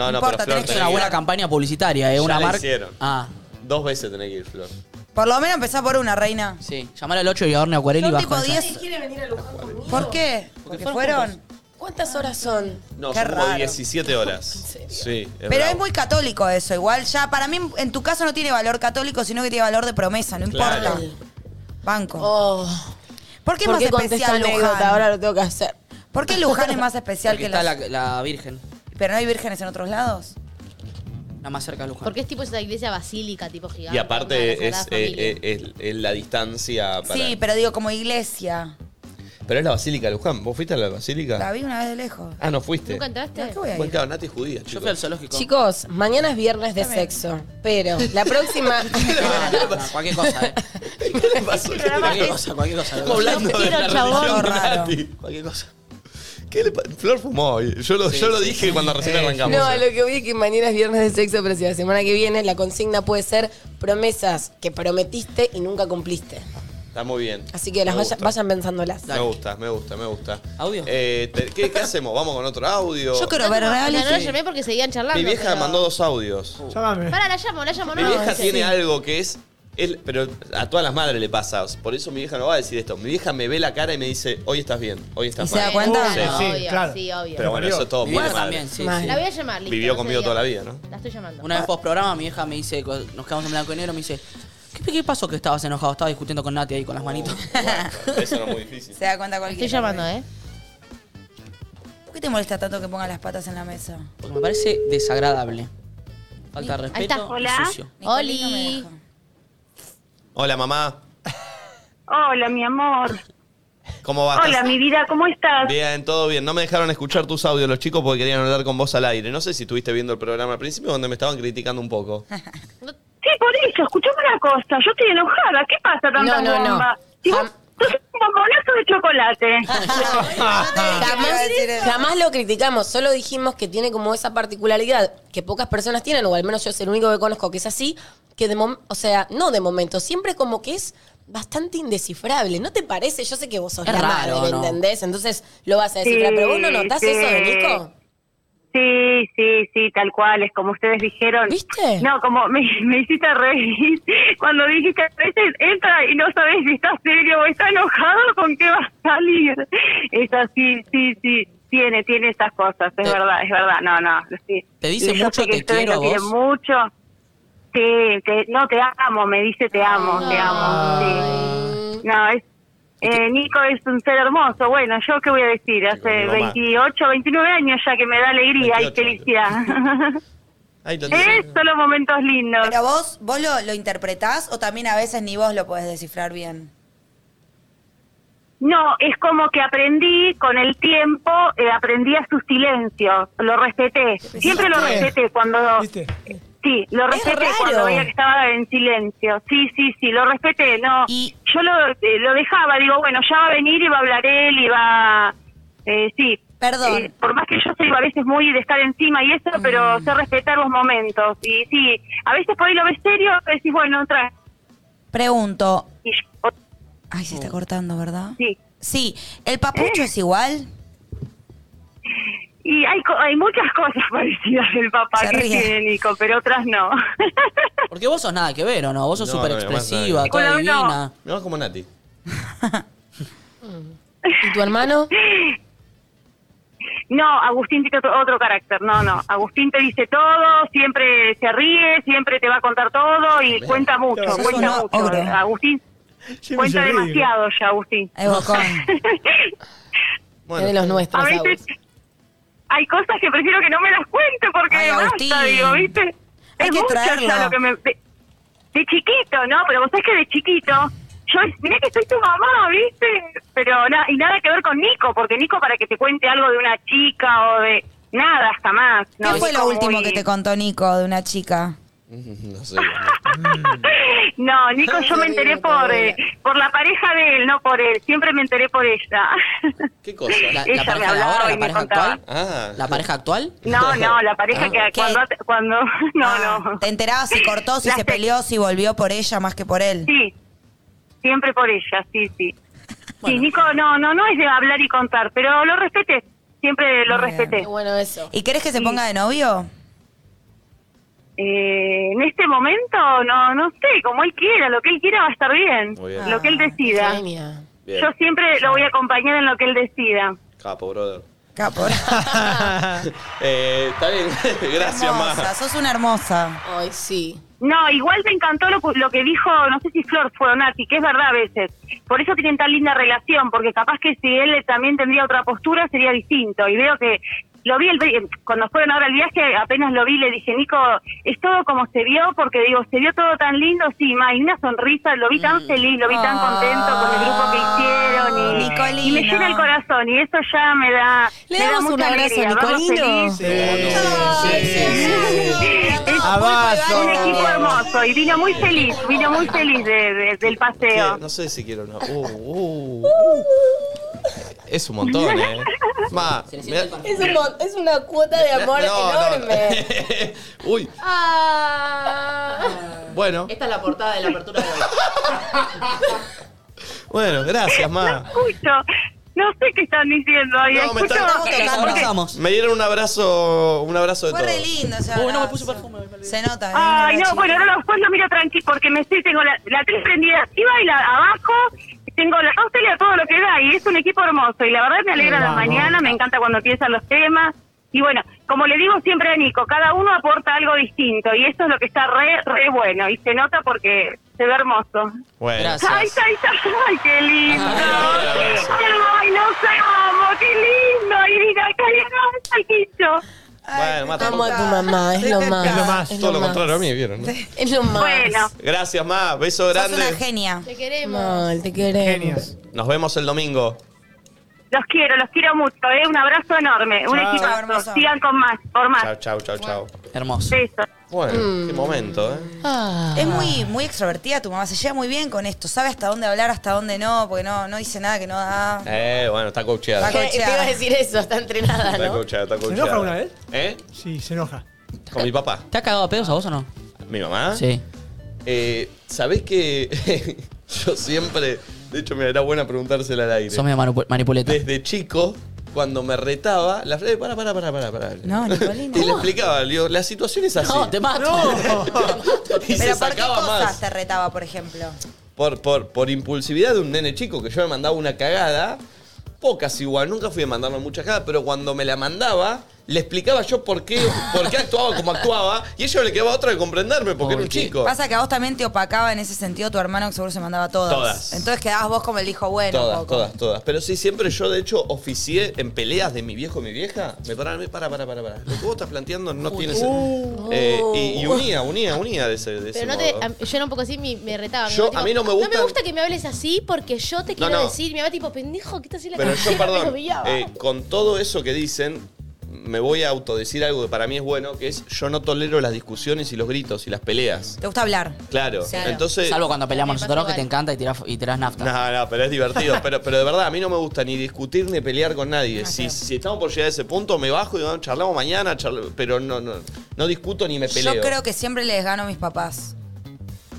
no, No importa, pero Flor, tenés que es tenés una que buena ir. campaña publicitaria, ¿eh? Ya Una la marca. hicieron. Ah, Dos veces tenés que ir, Flor. Por lo menos empezá por una, reina. sí. Llamar al 8 y adorne acuarela y Son bajo. tipo esa. 10. ¿Quiere venir a Luján conmigo? ¿Por qué? Porque fueron. ¿Cuántas horas son? No, Qué son como raro. 17 horas. Sí, es Pero es bravo. muy católico eso, igual ya para mí en tu caso no tiene valor católico, sino que tiene valor de promesa, no Claro. importa. Banco. Oh. ¿Por qué es ¿Por más qué conté esta especial Luján? anécdota? Ahora lo tengo que hacer. ¿Por qué Luján es más especial Porque que está las... la, la Virgen, Pero no hay vírgenes en otros lados? la más cerca de Luján. Porque es tipo esa iglesia basílica, tipo gigante. Y una aparte de la es, Sagrada Familia. eh, eh, es- es la distancia para... Sí, pero digo como iglesia. Pero es la Basílica de Luján. ¿Vos fuiste a la Basílica? La vi una vez de lejos. Ah, no fuiste. ¿Nunca ¿A Este. entraste? qué voy a Bueno, ir? claro, Nati es judía, Yo chicos. fui al zoológico. Chicos, mañana es viernes de sexo, pero la próxima... No, no, no, cualquier cosa, ¿eh? ¿Qué le pasó? ¿Qué le Cualquier pasó? cosa, cualquier cosa. Estamos hablando Yo de quiero, la chabón. religión de Raro. Nati. Cualquier cosa. ¿Qué le pa- Flor fumó hoy. Yo lo, yo lo dije cuando recién arrancamos. No, lo que voy es que mañana es viernes de sexo, pero si la semana que viene la consigna puede ser promesas que prometiste y nunca cumpliste. Está muy bien. Así que las Me vaya- gusta. vayan pensándolas. Me gusta, me gusta, me gusta. ¿Audio? Eh, te- ¿qué, qué hacemos? ¿Vamos con otro audio? Yo quiero ver No, no, no la reality. llamé porque seguían charlando. Mi vieja pero- mandó dos audios. Llámame. Pará, la llamo, la llamo. Mi no, vieja dice. tiene algo que es, es- Pero a todas las madres le pasa. Por eso mi vieja no va a decir esto. Mi vieja me ve la cara y me dice: Hoy estás bien, hoy estás ¿Y se mal. da cuenta? Sí, Sí, obvio, claro. sí, obvio. Pero bueno, eso es todo Mi muy de vieja madre. también, sí. Mal. sí. La voy a llamar, listo, Vivió no se conmigo diga. toda la vida, ¿no? La estoy llamando. Una vez post programa, mi hija me dice, co- nos quedamos en blanco y negro, me dice, ¿qué, qué pasó que estabas enojado? Estaba discutiendo con Nati ahí con las manitos. Eso no es muy difícil. Se da cuenta cualquiera. Estoy llamando, ¿eh? ¿eh? ¿Por qué te molesta tanto que pongan las patas en la mesa? Porque me parece desagradable. Falta de Ahí está. respeto Hola. y sucio. Nicolín no me Oli. deja. Hola, mamá. Hola, mi amor. ¿Cómo vas? Hola, mi vida, ¿cómo estás? Bien, todo bien. No me dejaron escuchar tus audios los chicos porque querían hablar con vos al aire. No sé si estuviste viendo el programa al principio donde me estaban criticando un poco. Sí, por eso, escuchame una cosa. Yo estoy enojada. ¿Qué pasa tanta No, no, no. bomba? Si vos Jam- sos un bombonazo de chocolate. Jamás, Iba a decir eso. jamás lo criticamos, solo dijimos que tiene como esa particularidad que pocas personas tienen, o al menos yo es el único que conozco que es así, que de momento, o sea, no de momento, siempre como que es bastante indescifrable, ¿no te parece? Yo sé que vos sos Es la raro, madre, ¿no? ¿me entendés? Entonces lo vas a descifrar, Sí, pero vos no notás sí. eso de Nico. Sí, sí, sí, tal cual, es como ustedes dijeron. ¿Viste? No, como me, me hiciste reír cuando dijiste, a veces entra y no sabes si está serio o está enojado, ¿con qué va a salir? Es así, sí, sí, tiene, tiene esas cosas, es Te- verdad, es verdad, no, no, sí. ¿Te dice Y yo mucho sé que te ustedes quiero lo quieren vos? mucho. Sí, te- no, te amo, me dice te amo, te amo, sí. No, es... eh, Nico es un ser hermoso. Bueno, yo qué voy a decir, hace mi mamá. 28, 29 años ya que me da alegría y 28. felicidad. Ahí lo Eh, tenés. solo momentos lindos. Pero vos, vos lo, lo interpretás o también a veces ni vos lo podés descifrar bien. No, es como que aprendí con el tiempo, eh, aprendí a sus silencios, lo respeté. Siempre lo respeté cuando ¿Viste? Sí, lo Es respeté raro. cuando veía que estaba en silencio. Sí, sí, sí, lo respeté, no. Yo lo, eh, lo dejaba, digo, bueno, ya va a venir y va a hablar él y va... eh, sí. Perdón. Eh, por más que yo soy a veces muy de estar encima y eso, Mm. pero sé respetar los momentos. Y sí, a veces por ahí lo ves serio, decís, bueno, trae. Pregunto. Ay, se está cortando, ¿verdad? Sí. Sí. ¿El papucho es igual? Y hay, co- hay muchas cosas parecidas del papá Se que ríe. tiene Nico, pero otras no. Porque vos sos nada que ver, ¿o no? Vos sos No, súper no, me pasa expresiva, nada. toda Bueno, no. divina. Me vas como Nati. ¿Y tu hermano? No, Agustín tiene otro, otro carácter, no, no. Agustín te dice todo, siempre se ríe, siempre te va a contar todo y cuenta mucho, Sos cuenta un mucho. ogro. Agustín Siempre cuenta se ríe. demasiado ya, Agustín. Es bocón. Es de los nuestros, a veces hay cosas que prefiero que no me las cuente porque Ay, basta, Agustín. digo, ¿viste? Hay es que mucho ya traerlo. lo que me... De, de chiquito, ¿no? Pero vos sabés que de chiquito... Yo, mirá que soy tu mamá, ¿viste? Pero na- y nada que ver con Nico, porque Nico para que te cuente algo de una chica o de... Nada, jamás. ¿Qué fue lo último que te contó Nico de una chica? No sé. No, Nico, yo me enteré por eh, por la pareja de él, no por él. Siempre me enteré por ella. ¿Qué cosa? La, la Ella me pareja de hablaba ahora, y la me pareja contaba. actual. Ah. ¿La pareja actual? No, no, la pareja que cuando... cuando no, Ah, no. ¿Te enterabas si cortó, si Las se te- peleó, si volvió por ella más que por él? Sí, siempre por ella, sí, sí. Sí, Nico, no, no, no es de hablar y contar, pero lo respeté, siempre lo Bien. respeté. Qué bueno eso. ¿Y querés que se ponga de novio? Eh, en este momento, no, no sé, como él quiera, lo que él quiera va a estar bien, Muy bien. lo que él decida. Genia. Bien. Yo siempre lo voy a acompañar en lo que él decida. Capo, brother. Capor. Eh, Está bien. Gracias, hermosa, ma. sos una hermosa. Ay, sí. No, igual me encantó lo, lo que dijo, no sé si Flor fue o Nati, que es verdad a veces. Por eso tienen tan linda relación, porque capaz que si él también tendría otra postura sería distinto. Y veo que lo vi el, vi- cuando fueron ahora al viaje, apenas lo vi, le dije, Nico, es todo como se vio, porque digo, se vio todo tan lindo, sí, ma, y una sonrisa, lo vi tan feliz, lo vi tan contento con el grupo que hicieron. Y, Nicolino. y me llena el corazón, y eso ya me da. Le me da damos un mucha abrazo, alegría, verlos Nicolino. felices. Abrazo. Un equipo hermoso y vino muy feliz, vino muy feliz de- de- del paseo. Sí, no sé si quiero una. Uh, uh. Es un montón, ¿eh? Ma, me da- Es, un mon- es una cuota de amor No, no. enorme. Uy, Ah. bueno. Esta es la portada de la apertura de hoy. Bueno, gracias, ma. Escucho, no sé qué están diciendo ahí. No, me escucho- están- Nos abrazamos. Me dieron un abrazo, un abrazo de Fue re todos. lindo ese Uy, no me abrazo. puse perfume. me olvidé. Se nota. Ay, eh, no, chica. bueno, ahora después lo miro tranquilo porque me estoy, tengo la, la tres prendida arriba y la abajo. Tengo la Australia a todo lo que da y es un equipo hermoso. Y la verdad me alegra la mañana, me encanta cuando piensan los temas. Y bueno, como le digo siempre a Nico, cada uno aporta algo distinto y eso es lo que está re, re bueno. Y se nota porque se ve hermoso. Bueno. Gracias. Ay, ay, ay, ay, qué lindo. Ay, Ay, no sé, amo, qué lindo. Y mira, qué lindo el Bueno, ma, Amo tampoco- a tu mamá, es lo más. Ah, Es lo más, es todo lo más. contrario a mí, ¿vieron? no? Es lo más. Pues. Bueno, Gracias, ma. Beso Sos una grande. genia. Te queremos. Mal, te queremos. Eh, Genios. Nos vemos el domingo. los quiero, los quiero mucho. ¿eh? Un abrazo enorme. Un Chao. Chao, equipo. hermoso. Sigan con más, por más. Chao, chao, chao, chao. Hermoso. Besos. Bueno, qué momento, ¿eh? Ah. Es muy, muy extrovertida tu mamá, se lleva muy bien con esto, sabe hasta dónde hablar, hasta dónde no, porque no, no dice nada que no da. Eh, bueno, está coacheada. Está Te, te iba a decir eso, está entrenada, Está ¿no? coacheada, está coacheada. enoja una vez? ¿Eh? Sí, se enoja. Con mi papá. ¿Te ha cagado a pedos a vos o no? ¿Mi mamá? Sí. Eh, ¿Sabés que yo siempre... De hecho, me era buena preguntársela al aire. Sos medio manipu- manipuleta. Desde chico, cuando me retaba, la Flavia, para, para, para, para, para. No, Nicolina. Y le explicaba, le digo, la situación es así. No, te mato. y se Pero ¿por qué sacaba cosas más. te retaba, por ejemplo? Por, por, por impulsividad de un nene chico que yo me mandaba una cagada, pocas igual, nunca fui a mandarme muchas cagadas, pero cuando me la mandaba, le explicaba yo por qué, por qué actuaba como actuaba, y ella le quedaba otra de comprenderme porque era un chico. Pasa que a vos también te opacaba en ese sentido tu hermano que seguro se mandaba todas. Todas. Entonces quedabas vos como el hijo bueno. todas, poco. todas, todas. Pero sí, siempre yo, de hecho, oficié en peleas de mi viejo y mi vieja. Me paraban, me para, para, para, para. Lo que vos estás planteando no tiene sentido. Eh, y, y unía, unía, unía de ese, de ese Uh. Pero no te, modo. a- yo era un poco así, me, me retaban. Yo- a mí no me No gustan- me gusta que me hables así porque yo te quiero no. decir. Mi mamá tipo, pendejo, ¿qué estás haciendo en la Pero yo, eh, cabeza?" Me perdón, humillaba. eh, con todo eso que dicen, me voy a autodecir algo que para mí es bueno, que es yo no tolero las discusiones y los gritos y las peleas. ¿Te gusta hablar? Claro. Entonces. Salvo cuando peleamos nosotros, que te encanta y tirás, y tirás nafta. No, no, pero es divertido. Pero, pero de verdad, a mí no me gusta ni discutir ni pelear con nadie. Si, si estamos por llegar a ese punto, me bajo y digo, charlamos mañana, charl- pero no, no, no discuto ni me peleo. Yo creo que siempre les gano a mis papás.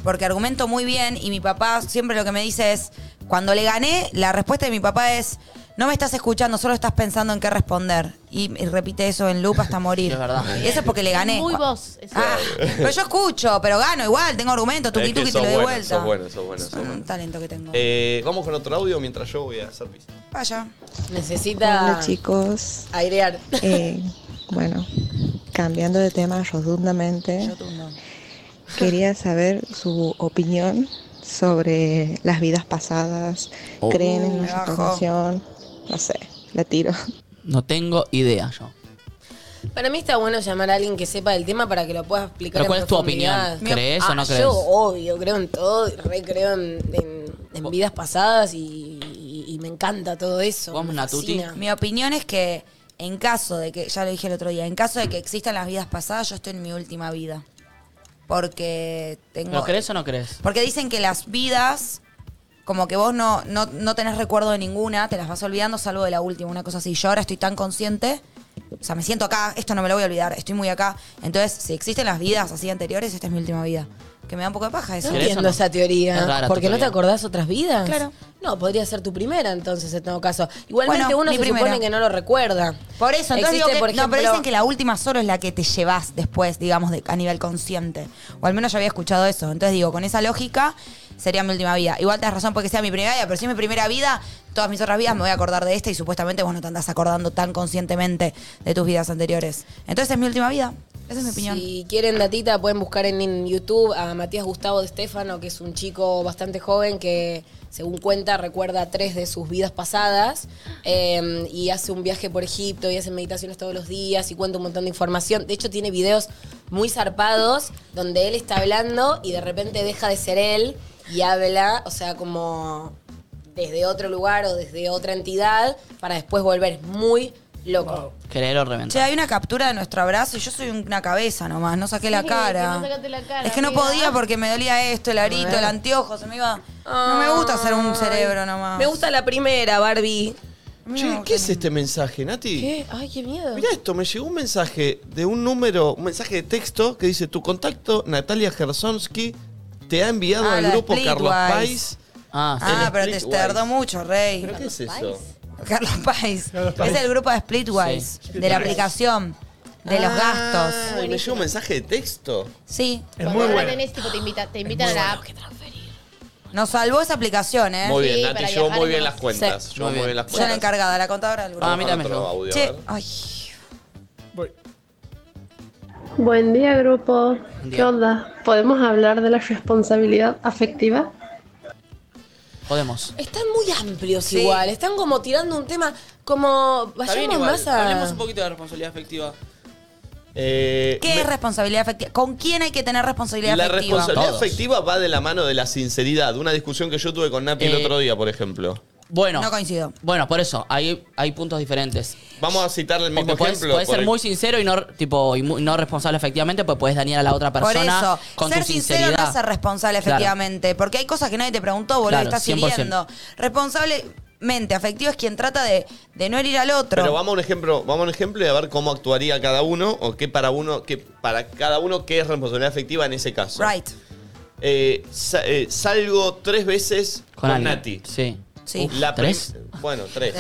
Porque argumento muy bien y mi papá siempre lo que me dice es, cuando le gané, la respuesta de mi papá es, no me estás escuchando, solo estás pensando en qué responder. Y, y repite eso en loop hasta morir. es verdad. eso es porque le gané. Ah. Muy vos. eso. Pero yo escucho, pero gano igual, tengo argumento, tuki Es que tuki te sos lo doy bueno, vuelta. sos bueno, sos bueno, sos bueno. Un talento que tengo. Eh, vamos con otro audio mientras yo voy a hacer pis. Vaya. Necesita chicos. airear. Eh, bueno, cambiando de tema rotundamente, quería saber su opinión sobre las vidas pasadas. Oh. ¿Creen Uh, en me la bajó. reencarnación? No sé, la tiro. No tengo idea yo. Para mí está bueno llamar a alguien que sepa del tema para que lo pueda explicar. Pero en ¿cuál es tu profundidad. opinión? ¿Crees o Ah, no crees? Yo, obvio, creo en todo, y re creo en, en- en vidas pasadas y, y- y me encanta todo eso. me fascina. Mi opinión es que en caso de que, ya lo dije el otro día, en caso de que existan las vidas pasadas, yo estoy en mi última vida. Porque tengo... ¿Lo crees o no crees? Porque dicen que las vidas, como que vos no, no, no tenés recuerdo de ninguna, te las vas olvidando, salvo de la última, una cosa así. Yo ahora estoy tan consciente, o sea, me siento acá, esto no me lo voy a olvidar, estoy muy acá. Entonces, si existen las vidas así anteriores, esta es mi última vida. Que me da un poco de paja eso. No entiendo esa teoría. Es rara tu ¿Porque no te teoría. acordás otras vidas? Claro. No, podría ser tu primera entonces, en todo caso. Igualmente Bueno, uno mi se primera. supone que no lo recuerda. Por eso, entonces Existe, digo que- por no, pero ejemplo- dicen que la última solo es la que te llevas después, digamos, de- a nivel consciente. O al menos yo había escuchado eso. Entonces digo, con esa lógica sería mi última vida. Igual tenés razón porque sea mi primera vida, pero si es mi primera vida, todas mis otras vidas me voy a acordar de esta y supuestamente vos no te andás acordando tan conscientemente de tus vidas anteriores. Entonces es mi última vida. Esa es mi opinión. Si quieren datita, pueden buscar en, en YouTube a Matías Gustavo de Stefano, que es un chico bastante joven que, según cuenta, recuerda tres de sus vidas pasadas eh, y hace un viaje por Egipto y hace meditaciones todos los días y cuenta un montón de información. De hecho, tiene videos muy zarpados donde él está hablando y de repente deja de ser él y habla, o sea, como desde otro lugar o desde otra entidad para después volver. Es muy loco. Creer o reventar. Che, hay una captura de nuestro abrazo y yo soy una cabeza nomás, no saqué la Sí, cara. que no sacaste la cara, es que no amiga. podía porque me dolía esto, el A arito, ver. el anteojo, se me iba. No me gusta ser un cerebro nomás. Me gusta la primera, Barbie. Che, ¿qué es este mensaje, Nati? ¿Qué? Ay, qué miedo. Mirá esto, me llegó un mensaje de un número, un mensaje de texto que dice, tu contacto, Natalia Gersonsky, te ha enviado Ah, al la de grupo Carlos Splitwise. Pais. Ah, el Ah, pero te Splitwise. tardó mucho, Rey. ¿Pero qué es eso? Carlos Pais. Pais. Es el grupo de Splitwise, Sí. de la aplicación, de los Ah, gastos. y me llegó un mensaje de texto. Sí. Cuando ahora tenés, tipo, te, invita- te invitan a la app. Nos salvó esa aplicación, ¿eh? Muy bien, Sí, Nati, para llevó viajar muy y bien todo. las cuentas, Sí. llevó muy bien las Yo la cuentas. encargada, la contadora del grupo. Vamos Ah, a mira, con me otro llegó. audio, a Che, ver. ay. Buen día, grupo. día. ¿Qué onda? ¿Podemos hablar de la responsabilidad afectiva? Podemos. Están muy amplios Sí. igual. Están como tirando un tema, como Está bien vayamos igual. más a... Hablemos un poquito de responsabilidad afectiva. Eh, ¿Qué me- es responsabilidad afectiva? ¿Con quién hay que tener responsabilidad la afectiva? responsabilidad afectiva va de la mano de la sinceridad. Una discusión que yo tuve con Nati el Eh, otro día, por ejemplo. Bueno. No coincido. Bueno, por eso, hay, hay puntos diferentes. Vamos a citar el mismo Porque podés, ejemplo. podés por ser el- muy sincero y no tipo y mu- no responsable efectivamente, pues podés dañar a la otra persona Por eso, con ser tu sincero sinceridad. no es ser responsable, Claro. efectivamente. Porque hay cosas que nadie te preguntó, boludo, Claro, estás 100%. hiriendo. Responsablemente afectivo es quien trata de, de no herir al otro. Pero vamos a un ejemplo, vamos a un ejemplo y a ver cómo actuaría cada uno o qué para uno, qué para cada uno qué es responsabilidad afectiva en ese caso. Right. Eh, sa- eh, salgo tres veces con, alguien. Nati. Sí. Sí. La prim- ¿Tres? Bueno, tres.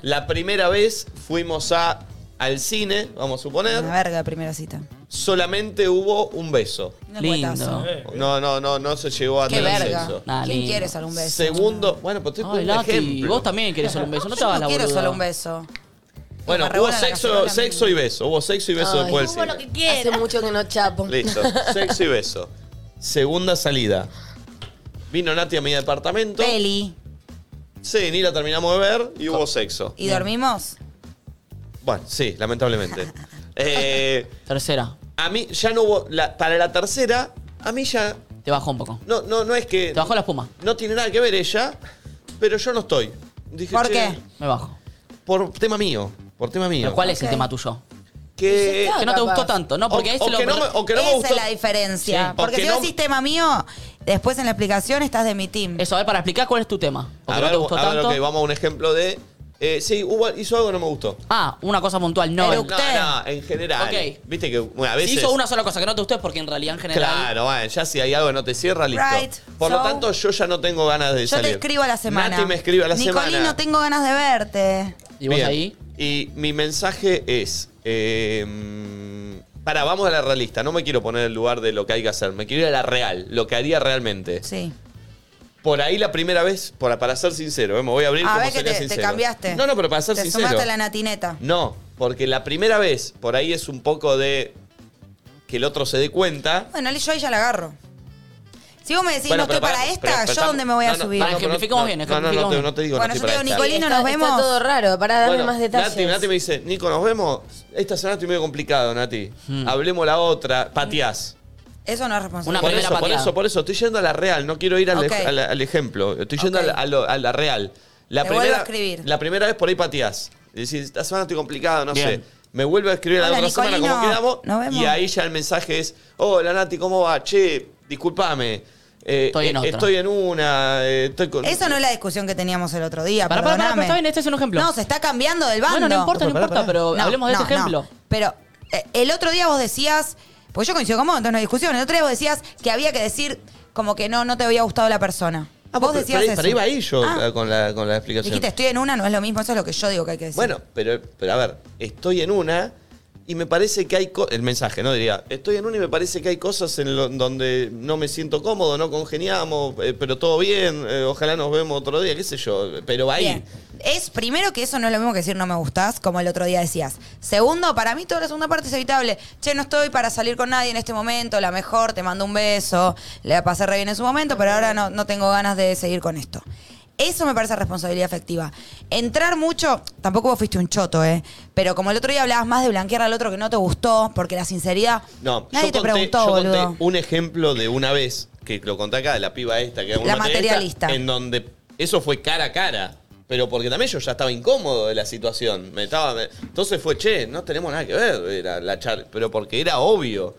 La primera vez fuimos a al cine, vamos a suponer. Una verga de primera cita. Solamente hubo un beso. Un Lindo. cuetazo. No, no, no, no se llegó a Qué tener verga. sexo. Nah, ¿Quién lindo. quiere solo un beso? Segundo, bueno, pues estoy Ay, poniendo Nati, ejemplo. vos también querés solo un beso, no te Yo hagas no la quiero boluda. solo un beso. Bueno, Me hubo revuelan la sexo, cacerola sexo y beso. Hubo sexo y beso Ay, después del como cine. lo que quiera. Hace mucho que no chapo. Listo. Sexo y beso. Segunda salida. Vino Nati a mi departamento. Peli. Sí, ni la terminamos de ver y hubo sexo. ¿Y dormimos? Bueno, sí, lamentablemente. Eh, tercera. A mí ya no hubo. la- para la tercera, a mí ya. Te bajó un poco. No, no, no es que. Te bajó la espuma. No tiene nada que ver ella, pero yo no estoy. Dije, ¿Por "Che, qué? Me bajo. Por tema mío. Por tema mío. ¿Pero cuál es el tema tuyo? Que, Ah, Que no te gustó tanto, ¿no? Porque O- ahí o se lo que no me- o que no me Esa gustó- es la diferencia. Sí. Porque O que si no... no- decís tema mío, después en la explicación estás de mi team. Eso, a ver, para explicar cuál es tu tema. A Porque ver, no te gustó a ver, tanto. ok, vamos a un ejemplo de. eh, sí, hubo, hizo algo que no me gustó. Ah, una cosa puntual, no. no, no, en general. Ok. Viste que bueno, a Si veces. hizo una sola cosa que no te gustó es porque en realidad en general. Claro, bueno, ya si hay algo que no te cierra, listo. Right. Por So- lo tanto, yo ya no tengo ganas de Yo salir. te escribo a la semana. Nati me escribe a la Nicolín, semana. no tengo ganas de verte. ¿Y vos Bien. ahí? Y mi mensaje es. Eh, para, vamos a la realista. No me quiero poner en el lugar de lo que hay que hacer. Me quiero ir a la real, lo que haría realmente. Sí. Por ahí la primera vez, por- para ser sincero, eh, me voy a abrir A como ver Ah, que sería te, te sincero. cambiaste. No, no, pero para ser Te sincero. sumaste a la natineta. No, porque la primera vez, por ahí es un poco de que el otro se dé cuenta. Bueno, yo ahí ya la agarro. Si vos me decís, Bueno, no estoy pero para, pará, esta, pero- pero ¿yo estamos- dónde me voy a no, no, subir? no, no, pero no- no, no, no, no, te- no te digo, no Bueno, yo estoy te para esta. digo, Nicolino, Está- nos vemos. Está todo raro, pará, dame Bueno, más detalles. Nati, Nati me dice, Nico, nos vemos. Esta semana estoy medio complicado, Nati. Hablemos la otra. Pateás. Eso no es responsable. por, eso, por eso, por eso, estoy yendo a la real, no quiero ir al, Ok. a la- al ejemplo, estoy yendo a, la, a lo- a la real. La Te vuelvo primera, a escribir. la primera vez por ahí pateás. Decís, esta semana estoy complicado, no Bien. sé. Me vuelve a escribir a la Hola, otra semana como Nicolino, quedamos. nos vemos. Y ahí ya el mensaje es, hola Nati, ¿cómo va? Che, discúlpame. eh, Estoy en eh, otra. estoy en una, eh, estoy con... Eso no es la discusión que teníamos el otro día. Pará, pará, pará, perdóname. pero está bien, este es un ejemplo. No, se está cambiando del bando. Bueno, no importa, no importa, pero No, hablemos de ese no, ejemplo. no. Pero eh, el otro día vos decías, pues yo coincido con vos, entonces no hay discusión. El otro día vos decías que había que decir como que no, no te había gustado la persona. vos Ah, Pero- decías pero, eso. pero iba ahí yo Ah, eh, con, la, con la explicación. dijiste, estoy en una, no es lo mismo, eso es lo que yo digo que hay que decir. Bueno, pero, pero a ver, estoy en una y me parece que hay... co- El mensaje, ¿no? Diría, estoy en una y me parece que hay cosas en lo- donde no me siento cómodo, no congeniamos, eh, pero todo bien, eh, ojalá nos vemos otro día, qué sé yo, pero ahí... Bien. Es primero que eso no es lo mismo que decir no me gustás, como el otro día decías. Segundo, para mí toda la segunda parte es evitable. Che, no estoy para salir con nadie en este momento, la mejor, te mando un beso, le pasé re bien en su momento, pero ahora no, no tengo ganas de seguir con esto. Eso me parece responsabilidad afectiva. Entrar mucho, tampoco vos fuiste un choto, ¿eh? Pero como el otro día hablabas más de blanquear al otro que no te gustó, porque la sinceridad. No, yo nadie te conté, preguntó, yo conté boludo. un ejemplo de una vez, que lo conté acá, de la piba esta, que era una La materialista. En donde eso fue cara a cara. Pero porque también yo ya estaba incómodo de la situación. Me estaba, me- entonces fue, che, no tenemos nada que ver, era la charla. Pero porque era obvio.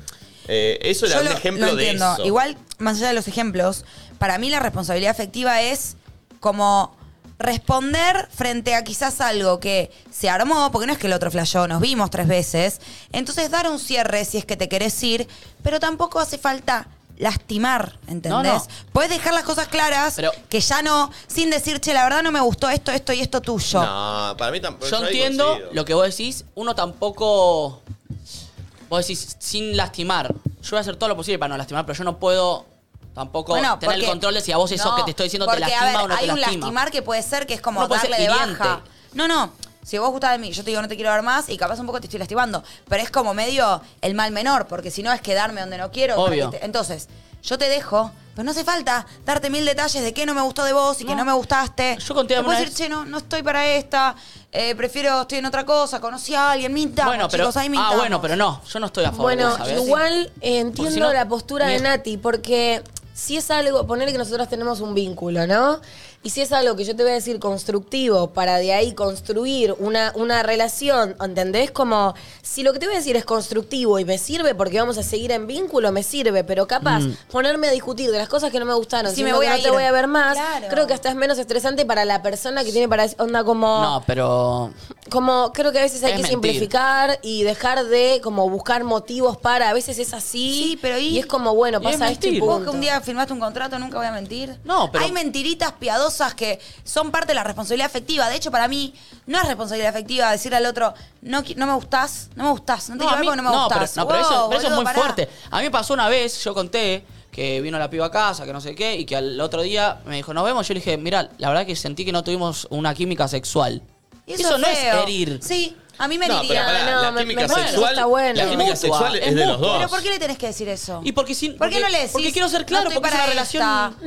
Eh, eso era Yo un lo- ejemplo lo de entiendo. eso. Igual, más allá de los ejemplos, para mí la responsabilidad afectiva es como responder frente a quizás algo que se armó, porque no es que el otro flasheó, nos vimos tres veces. Entonces dar un cierre si es que te querés ir, pero tampoco hace falta lastimar, ¿entendés? No, no. Puedes dejar las cosas claras, que ya no, sin decir, che, la verdad no me gustó esto, esto y esto tuyo. No, para mí tampoco. Yo Pues ahí entiendo coincido. lo que vos decís. Uno tampoco. Vos decís, sin lastimar. Yo voy a hacer todo lo posible para no lastimar, pero yo no puedo tampoco Bueno, tener el porque- control de si a vos eso No, que te estoy diciendo te porque, a lastima ver, o no te hay un lastima. lastimar que puede ser que es como Uno puede ser darle de hiriente. baja. No, no. Si vos gustás de mí, yo te digo no te quiero ver más y capaz un poco te estoy lastimando. Pero es como medio el mal menor, porque si no es quedarme donde no quiero. para Obvio. que te- Entonces, yo te dejo, pero no hace falta darte mil detalles de qué no me gustó de vos y que no me gustaste. Yo conté alguna decir, che, no, no estoy para esta, eh, prefiero, estoy en otra cosa, conocí a alguien, mintamos, Bueno, pero. chicos, ahí ah, mintamos. bueno, pero no. Yo no estoy a favor de Bueno, esa, ¿ves? igual eh, Porque entiendo si no, la postura de bien. Nati, porque si es algo, poner que nosotros tenemos un vínculo, ¿no? Y si es algo que yo te voy a decir constructivo para de ahí construir una, una relación, ¿entendés? Como, si lo que te voy a decir es constructivo y me sirve porque vamos a seguir en vínculo, me sirve, pero capaz Mm. ponerme a discutir de las cosas que no me gustaron, Si si me me voy a no te ir. voy a ver más, Claro. creo que hasta es menos estresante para la persona que tiene para decir, onda como... No, pero. Como creo que a veces hay Es que mentir. simplificar y dejar de como buscar motivos para, a veces es así pero y- y es como bueno, Y es pasa esto y mentir. Vos que punto. un día firmaste un contrato, nunca voy a mentir. No, pero- Hay mentiritas piadosas que son parte de la responsabilidad afectiva. De hecho, para mí, no es responsabilidad afectiva decirle al otro, no, qui- no me gustás, no me gustás, no te No, a quiero ver mí- porque no me no, pero, gustás. no, pero Wow, eso, pero eso es boludo, muy pará. fuerte. A mí me pasó una vez, yo conté que vino la piba a casa, que no sé qué, y que al otro día me dijo, nos vemos. Yo le dije, mira, la verdad que sentí que no tuvimos una química sexual. Y eso no es feo. herir. Sí, a mí me No, diría. pero pará, No, la me- química me parece sexual- que está bueno. la química sexual es de los dos. ¿Pero por qué le tenés que decir eso? Y porque sin. ¿Por qué no le decís? Porque quiero ser claro, no estoy porque es una para relación.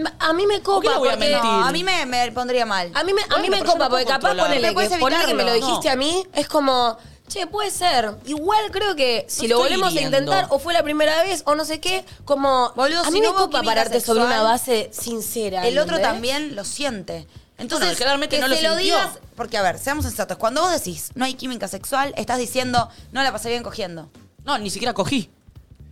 esta? A mí me copa qué le voy a porque- mentir? No, a mí me, me pondría mal. A mí me, a mí me copa porque capaz ponele Pero que puedes ponele que me lo evitarlo. dijiste No. a mí es como Che, puede ser. Igual creo que si lo estoy volvemos hiriendo. a intentar, o fue la primera vez, o no sé qué, como. Boludo, a mí si me no hubo copa química pararte sobre sexual, una base sincera. El otro ¿entendés? también lo siente. Entonces, Bueno, claramente que no lo se lo sintió. digas, porque a ver, seamos sensatos. Cuando vos decís no hay química sexual, estás diciendo no la pasé bien cogiendo. No, ni siquiera cogí.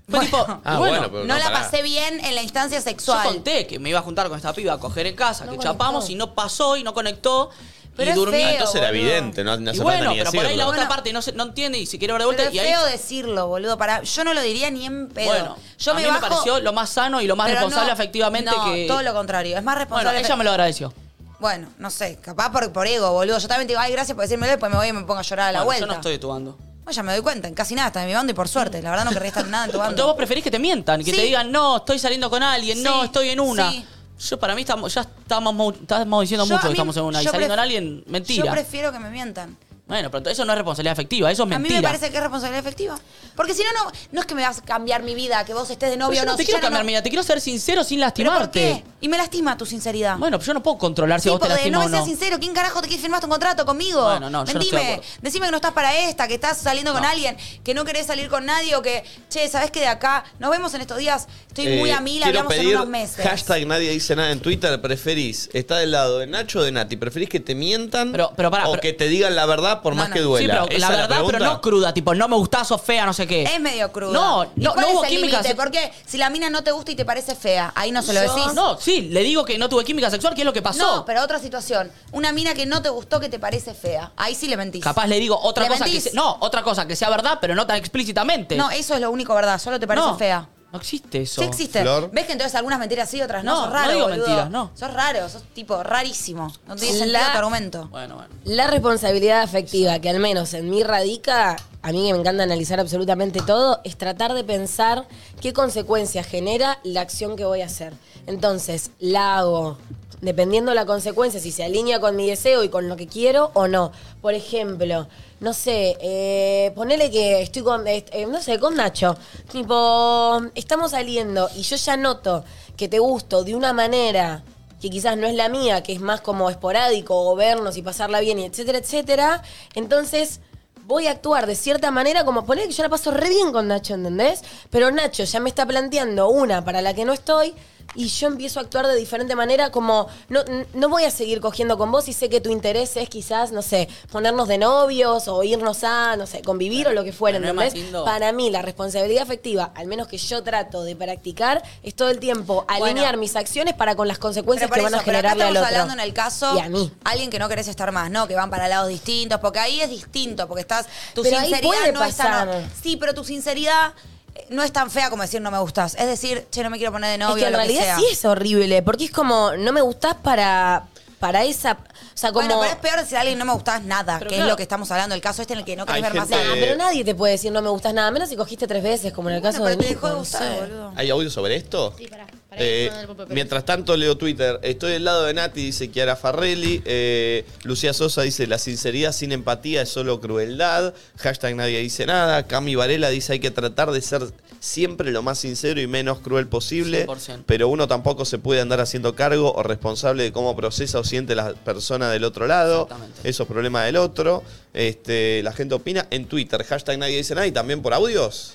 Fue tipo, Ah, bueno, bueno, pero no la pasé bien en la instancia Yo sexual. conté que me iba a juntar con esta piba a coger en casa, que conectó. chapamos y no pasó y no conectó. Pero y es durmió. feo, Ah, Entonces era evidente, no, no Y hace bueno, falta ni pero por ahí la decirlo. otra parte no, se- no entiende y se quiere ver de Pero vuelta es y ahí. feo decirlo, boludo. Para, yo no lo diría ni en pedo. Bueno, yo a mí me pareció lo más sano y lo más pero responsable no, afectivamente no, que. todo lo contrario. Es más responsable. Bueno, ella me lo agradeció. Bueno, no sé, capaz por, por ego, boludo. Yo también te digo, ay, gracias por decírmelo, después me voy y me pongo a llorar a la Bueno, Yo vuelta. no estoy de tu bando. Bueno, ya me doy cuenta, en casi nada está de mi bando y por suerte. La verdad no querría estar en nada en tu Entonces bando. vos preferís que te mientan, que Sí. te digan, no, estoy saliendo con alguien, no, Sí, estoy en una. sí. Yo para mí estamos, ya estamos, mu- estamos diciendo Yo, mucho a que mí, estamos en una. Y yo saliendo pref- con alguien, mentira. Yo prefiero que me mientan. Bueno, pero eso no es responsabilidad afectiva, eso es A mí mentira. me parece que es responsabilidad efectiva. Porque si no, no, no es que me vas a cambiar mi vida, que vos estés de Pero novio yo o no, no. te si quiero ya no- cambiar mi vida, te quiero ser sincero sin ¿Pero por lastimarte. qué? Y me lastima tu sinceridad. Bueno, pero yo no puedo controlar si Sí, a vos te porque lastima no o me no. seas sincero, ¿quién carajo te quiere firmaste un contrato conmigo? Bueno, no, yo no estoy de Mentime, acuerdo. decime que no estás para esta, que estás saliendo con No. alguien, que no querés salir con nadie o que, che, ¿sabés que de acá nos vemos en estos días? Estoy muy Eh, a mil, quiero hablamos pedir en unos meses. Hashtag nadie dice nada en Twitter. Preferís, está del lado de Nacho o de Nati. ¿Preferís que te mientan o que te digan la verdad por más que Sí, duela? pero ¿Esa la es verdad, pero pregunta? no cruda, tipo, no me gustás, sos fea, no sé qué. Es medio crudo. No, ¿Y no- cuál no es hubo el química límite? se- Porque si la mina no te gusta y te parece fea, ahí no se lo Yo- decís. No, sí, le digo que no tuve química sexual, que es lo que pasó. No, pero otra situación. Una mina que no te gustó que te parece fea. Ahí sí le mentís. Capaz le digo otra ¿Le cosa mentís? que sea, no, otra cosa que sea verdad, pero no tan explícitamente. No, eso es lo único verdad. Solo te parece No. fea. No existe eso. Sí existe. ¿Ves que entonces algunas mentiras sí, otras no? No, sos raro, no digo boludo. mentiras, no. Sos raro, sos tipo rarísimo. No tiene sentido La- tu argumento. Bueno, bueno. La responsabilidad afectiva, que al menos en mí radica, a mí que me encanta analizar absolutamente todo, es tratar de pensar qué consecuencias genera la acción que voy a hacer. Entonces, la hago dependiendo la consecuencia, si se alinea con mi deseo y con lo que quiero o no. Por ejemplo, no sé, eh, ponele que estoy con, eh, eh, no sé, con Nacho. Tipo, estamos saliendo y yo ya noto que te gusto de una manera que quizás no es la mía, que es más como esporádico o vernos y pasarla bien y etcétera, etcétera, entonces voy a actuar de cierta manera como poner que yo la paso re bien con Nacho, ¿entendés? Pero Nacho ya me está planteando una para la que no estoy y yo empiezo a actuar de diferente manera como no, n- no voy a seguir cogiendo con vos y sé que tu interés es quizás, no sé, ponernos de novios o irnos a, no sé, convivir o lo que fuera, Pero no es ¿entendés? más lindo. Para mí la responsabilidad afectiva, al menos que yo trato de practicar, es todo el tiempo Bueno. alinear mis acciones para con las consecuencias Pero por que van a eso, pero acá generarle al estamos otro. hablando en el caso Y a mí. alguien que no querés estar más, ¿no? Que van para lados distintos, porque ahí es distinto, porque estás. Tu Pero ahí sinceridad puede no es tan. pasar. Sí, pero tu sinceridad eh, no es tan fea como decir no me gustas. Es decir, che, no me quiero poner de novio. es que en lo realidad sea. sí es horrible, porque es como, no me gustás para, para esa. O sea, como. Bueno, pero es peor decir a alguien no me gustás nada, que es claro. lo que estamos hablando, el caso este en el que no querés Hay ver más gente- Ah, nada. pero nadie te puede decir no me gustás nada, menos si cogiste tres veces, como en el caso de pero te Nico, dejó de no gustar, sé. ¿Hay audio sobre esto? Sí, pará. pará Eh, que no, no, no, no, no. mientras tanto leo Twitter. Estoy del lado de Nati, dice Chiara Farrelli. Eh, Lucía Sosa dice, la sinceridad sin empatía es solo crueldad. Hashtag nadie dice nada. Cami Varela dice, hay que tratar de ser siempre lo más sincero y menos cruel posible. 100%. Pero uno tampoco se puede andar haciendo cargo o responsable de cómo procesa o siente la persona del otro lado. Eso es problema del otro. Este, la gente opina en Twitter. Hashtag nadie dice nada y también por audios.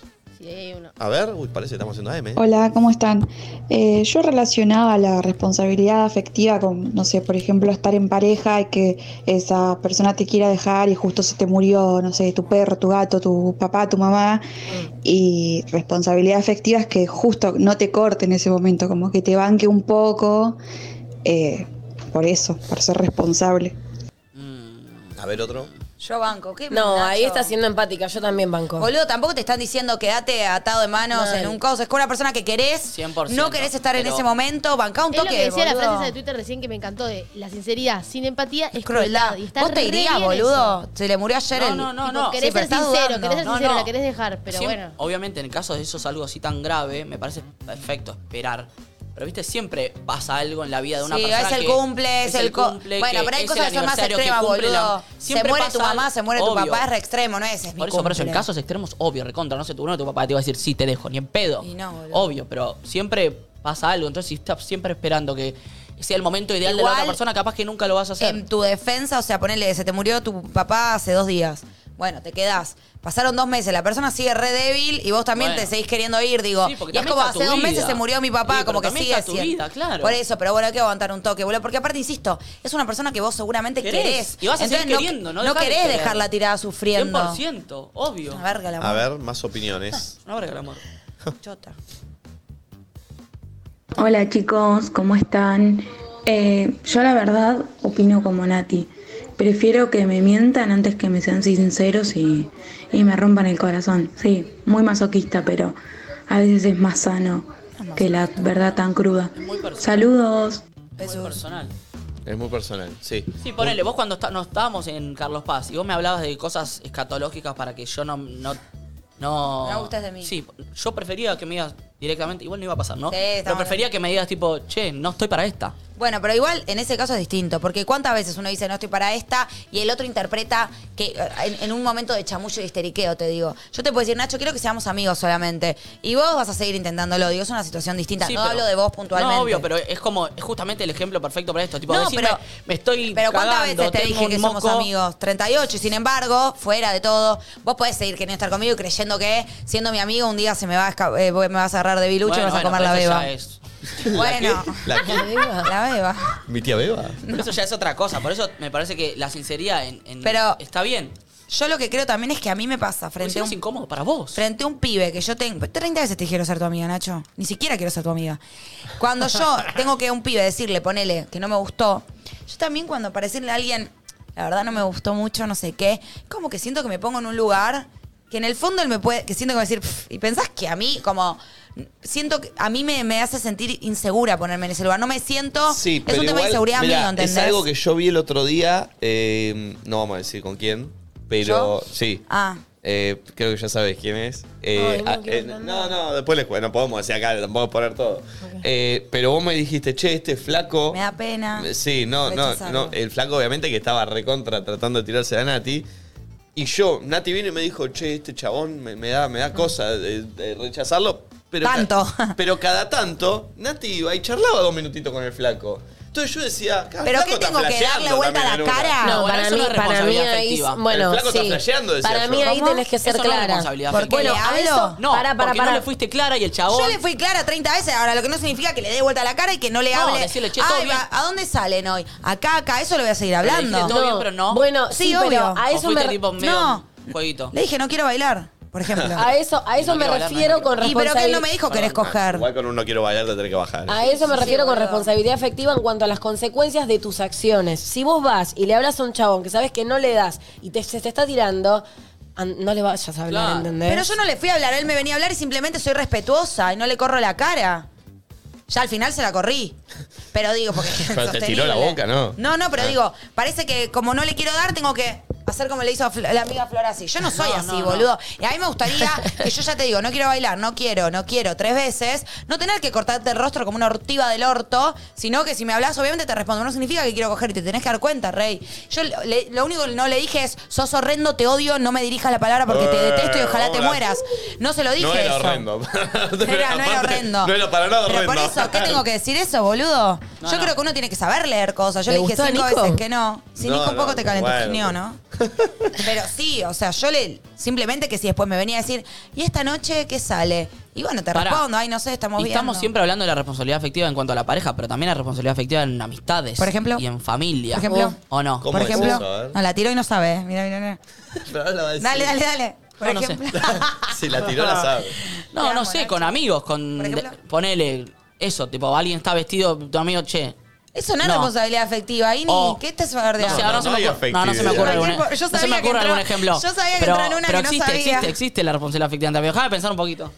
A ver, uy, parece que estamos haciendo AM. ¿eh? Hola, ¿cómo están? Eh, yo relacionaba la responsabilidad afectiva con, no sé, por ejemplo, estar en pareja y que esa persona te quiera dejar y justo se te murió, no sé, tu perro, tu gato, tu papá, tu mamá. Mm. Y responsabilidad afectiva es que justo no te corte en ese momento, como que te banque un poco, eh, por eso, por ser responsable. A ver otro. Yo banco, ¿qué No, más, ahí Nacho? está siendo empática, yo también banco. Boludo, tampoco te están diciendo quédate atado de manos Mal. en un coso. Es con una persona que querés, 100%, no querés estar en pero- ese momento, bancá un Es lo toque, que decía la boludo. frase esa de Twitter recién que me encantó de la sinceridad sin empatía es Crueldad. crueldad. Y está Vos te re irías, bien boludo. eso. Se le murió ayer No, el... no, no, Tipo, no. Querés sí, pero ser estás sincero, dudando. querés ser No, sincero, no. la querés dejar, pero Siem- bueno. Obviamente, en el caso de eso es algo así tan grave, me parece perfecto esperar. Pero viste, siempre pasa algo en la vida de una Sí, persona. es el que- cumple, es el... co- cumple, bueno, pero hay es cosas el que son más aniversario, que extremas, cumple la- boludo. Se Siempre muere tu pasa mamá, se muere tu obvio. papá, es re extremo, no es, es mi Por eso, por eso, en cumple. casos extremos, obvio, recontra, no sé, tu, no, tu papá te va a decir, sí, te dejo, ni en pedo. Y no, boludo. obvio, pero siempre pasa algo, entonces si estás siempre esperando que sea el momento ideal de la Igual- otra persona, capaz que nunca lo vas a hacer. En tu defensa, o sea, ponele, se te murió tu papá hace dos días. Bueno, te quedás. Pasaron dos meses, la persona sigue re débil y vos también Bueno. te seguís queriendo ir, digo. Sí, porque y es también como está tu hace dos vida. meses se murió mi papá, Sí, pero como que también sigue está tu siendo. vida, claro. Por eso, pero bueno, hay que aguantar un toque, boludo. Porque aparte, insisto, es una persona que vos seguramente Querés. querés. Y vas a seguir Entonces, no, queriendo, no no dejás de querés querer. dejarla tirada sufriendo. 100%, obvio. Una verga, la A ver, más opiniones. Una verga, el amor. Chota. Hola chicos, ¿cómo están? Eh, yo la verdad opino como Nati. Prefiero que me mientan antes que me sean sinceros y, y me rompan el corazón. Sí, muy masoquista, pero a veces es más sano que la verdad tan cruda. Saludos. Es muy personal. Es muy personal, sí. Sí, ponele, vos cuando está- nos estábamos en Carlos Paz y vos me hablabas de cosas escatológicas para que yo no... No, no, No gustes de mí. Sí, yo prefería que me digas directamente, igual no iba a pasar, ¿no? Sí, Pero estamos- prefería que me digas tipo, che, no estoy para esta. Bueno, pero igual en ese caso es distinto, porque cuántas veces uno dice no estoy para esta y el otro interpreta que eh, en, en un momento de chamullo y histeriqueo, te digo. Yo te puedo decir, Nacho, quiero que seamos amigos solamente. Y vos vas a seguir intentándolo, digo, es una situación distinta. Sí, no pero- hablo de vos puntualmente. No, obvio, pero es como, es justamente el ejemplo perfecto para esto. Tipo, No, decirme, pero- me estoy Pero ¿cuántas cagando, veces te tengo dije un que somos moco. amigos? 38, y sin embargo, fuera de todo, vos podés seguir queriendo estar conmigo y creyendo que siendo mi amigo un día se me va a, esca- eh, voy- me vas a agarrar de bilucho y Bueno, vas bueno, a comer la pero eso beba. ya es- Bueno, ¿La qué? la beba. ¿Mi tía Beba? Pero Eso ya es otra cosa, por eso me parece que la sinceridad en, en- Pero- está bien. Yo lo que creo también es que a mí me pasa frente si a Pues no un es incómodo para vos. Frente a un pibe que yo tengo, 30 veces te quiero ser tu amiga, Nacho. Ni siquiera quiero ser tu amiga. Cuando yo tengo que a un pibe decirle, ponele, que no me gustó, yo también cuando para decirle a alguien, la verdad no me gustó mucho, no sé qué, como que siento que me pongo en un lugar que en el fondo él me puede, que siento que me va a decir, "Pff", y pensás que a mí, como, siento que a mí me, me hace sentir insegura ponerme en ese lugar. No me siento, Sí, es pero un tema de igual, inseguridad mirá, mío, ¿entendés? Es algo que yo vi el otro día, eh, no vamos a decir con quién, pero sí. Ah. Eh, creo que ya sabes quién es. Eh, Ay, no ah, quiero eh, no, no, después les cuento, no podemos decir acá, tampoco poner todo. Eh, pero vos me dijiste, che, este flaco. Me da pena. Sí, no, no, Ah, rechazarlo. no. El flaco, obviamente, que estaba recontra tratando de tirarse a Nati. Y yo, Nati vino y me dijo, che, este chabón me, me da, me da cosa de, de rechazarlo. Pero ca- Tanto. pero cada tanto, Nati iba y charlaba dos minutitos con el flaco. Entonces yo decía, "Ah, el ¿Pero flaco qué está tengo que flasheando darle vuelta también a la en una". cara? No, para mí, para mí ahí, bueno, el flaco sí. está flasheando, decía Para yo. mí ahí ¿Cómo? tenés que ser Eso no es clara. responsabilidad Porque afectiva. bueno, ¿Le a hablo? eso- No, para, para, porque no para. le fuiste clara y el chabón... Yo le fui clara 30 veces, ahora lo que no significa que le dé vuelta la cara y que no le No, hable. decirle, "Che, todo "Ay, bien". va, ¿A dónde salen hoy? Acá, acá, eso lo voy a seguir hablando. Le dije, todo bien, pero no. Bueno, sí, Sí, obvio. pero a Vos eso fuiste me... tipo medio No. un jueguito. Le dije, no quiero bailar, por ejemplo. A eso, a eso No me quiero hablar, refiero no con quiero hablar. Y, pero responsabilidad. que él no me dijo que eres Ah, Igual con uno quiero bailar, te tenés que bajar. Ah, A eso me Sí, refiero con boludo. responsabilidad afectiva en cuanto a las consecuencias de tus acciones. Si vos vas y le hablas a un chabón que sabes que no le das y te, se te está tirando, an- no le vayas a hablar, ¿entendés? Pero yo no le fui a hablar, él me venía a hablar y simplemente soy respetuosa y no le corro la cara. Ya al final se la corrí. Pero digo, porque. es Pero te insostenible. tiró la boca, ¿no? No, no, pero Ah. digo, parece que como no le quiero dar, tengo que hacer como le hizo a Fl- la amiga Flor así. Yo no soy No, así, no, no. boludo. Y a mí me gustaría que yo ya te digo, no quiero bailar, no quiero, no quiero, tres veces. No tener que cortarte el rostro como una ortiva del orto, sino que si me hablas, obviamente te respondo. No significa que quiero coger y te tenés que dar cuenta, rey. Yo le- lo único que no le dije es, sos horrendo, te odio, no me dirijas la palabra porque te Eh, detesto y ojalá te hola. mueras. No se lo dije no era eso. horrendo. Era, no era Aparte, horrendo. No era para nada Pero horrendo. por eso, ¿qué tengo que decir eso, boludo? No, Yo no. creo que uno tiene que saber leer cosas. Yo ¿Te le dije gustó, cinco Nico? veces que no. Si No, Nico un poco no, te calentó, bueno. ¿no? Pero sí, o sea, yo le. Simplemente que si después me venía a decir, ¿y esta noche qué sale? Y bueno, te Pará. respondo, ay, no sé, estamos Y viendo. estamos siempre hablando de la responsabilidad afectiva en cuanto a la pareja, pero también la responsabilidad afectiva en amistades. Por ejemplo. Y en familia. Por ejemplo. ¿O no? ¿Cómo Por es ejemplo, eso? A ver. no, la tiro y no sabe. ¿eh? Mira, mira, mira. Pero ahora la va a decir. Dale, dale, dale. Por No, no sé. ejemplo. Si la tiró, la sabe. No, no sé, con amigos, con... de- ponele eso, tipo, alguien está vestido, tu amigo, che. Eso no es No. responsabilidad afectiva, Ini. Oh. O- ¿Qué estás bardeando? No sé, ahora no, se no me hay ocurre, no, no se me afectividad. Yo ocurre, algún, sabía no se que me ocurre entró- algún ejemplo. yo sabía que pero, entró en una pero que no existe, sabía. existe, existe la responsabilidad afectiva entre amigos. Déjame pensar un poquito.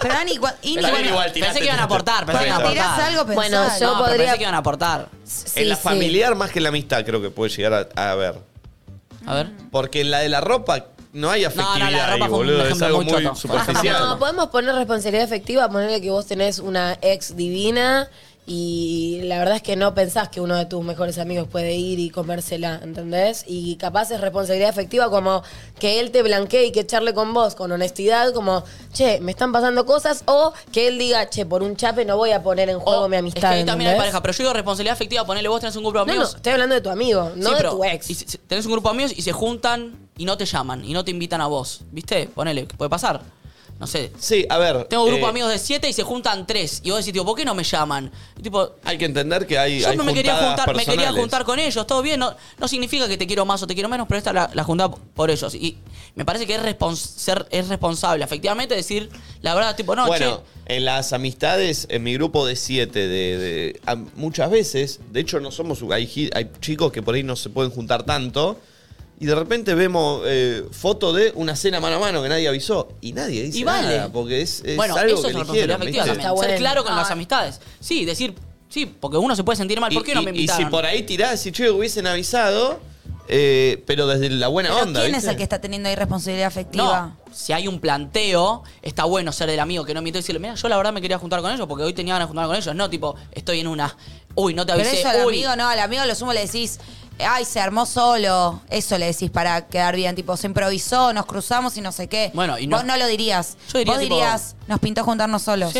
Pero Ani, igual- Ini, Pensé que, bien, iban- igual, pensé tiraste, este que iban a tiraste. aportar, pensé que iban a Cuando aportar. tirás algo, pensás. Bueno, yo No, pero podría- pensé que iban a aportar. Sí, En la sí. familiar más que en la amistad creo que puede llegar a, a ver. A ver. Porque en la de la ropa no hay afectividad No, no, la ropa ahí, fue un boludo. Es ejemplo algo muy muy choto. superficial. No, podemos poner responsabilidad efectiva, ponerle que vos tenés una ex divina Y la verdad es que no pensás que uno de tus mejores amigos puede ir y comérsela, ¿entendés? Y capaz es responsabilidad efectiva como que él te blanquee y que charle con vos con honestidad, como, che, me están pasando cosas, o que él diga, che, por un chape no voy a poner en juego mi Es que amistad. ahí también hay ¿entendés? pareja, pero yo digo responsabilidad afectiva, ponele vos tenés un grupo de No, no, amigos. estoy hablando de tu amigo, no Sí, de pero- tu ex. y se- se- tenés un grupo de amigos y se juntan y no te llaman y no te invitan a vos. ¿Viste? Ponele, que puede pasar. No sé. Sí, a ver. Tengo un grupo eh, de amigos de siete y se juntan tres. Y vos decís, tipo, ¿por qué no me llaman? Y tipo, Hay que entender que hay. yo hay me, quería juntadas juntar, me quería personales. juntar con ellos, todo bien. No, no significa que te quiero más o te quiero menos, pero esta la, la juntada por ellos. Y me parece que es, respons- ser, es responsable, efectivamente, decir la verdad, tipo, no, che, bueno, en las amistades, en mi grupo de siete, de, de- a- muchas veces, de hecho no somos, hay, gi- hay chicos que por ahí no se pueden juntar tanto, y de repente vemos eh, foto de una cena mano a mano que nadie avisó, y nadie dice Y vale. nada, porque es, es bueno, algo eso que es una eligieron, responsabilidad ¿viste? afectiva también. Ser claro con las amistades. Sí, decir, sí, porque uno se puede sentir mal. ¿Por qué y, no y- me y invitaron? si por ahí tirás, si che, hubiesen avisado, eh, pero desde la buena Pero onda, ¿quién ¿viste? es el que está teniendo ahí responsabilidad afectiva? No, si hay un planteo, está bueno ser del amigo que no invitó y decirle, mira, yo la verdad me quería juntar con ellos porque hoy tenía ganas de juntar con ellos. No, tipo, estoy en una. Uy, no te Pero avisé. eso al uy. amigo no, al amigo lo sumo le decís, ay, se armó solo. Eso le decís para quedar bien, tipo, se improvisó, nos cruzamos y no sé qué. Bueno, y no- Vos no lo dirías. Yo diría, Vos tipo- dirías, nos pintó juntarnos solos.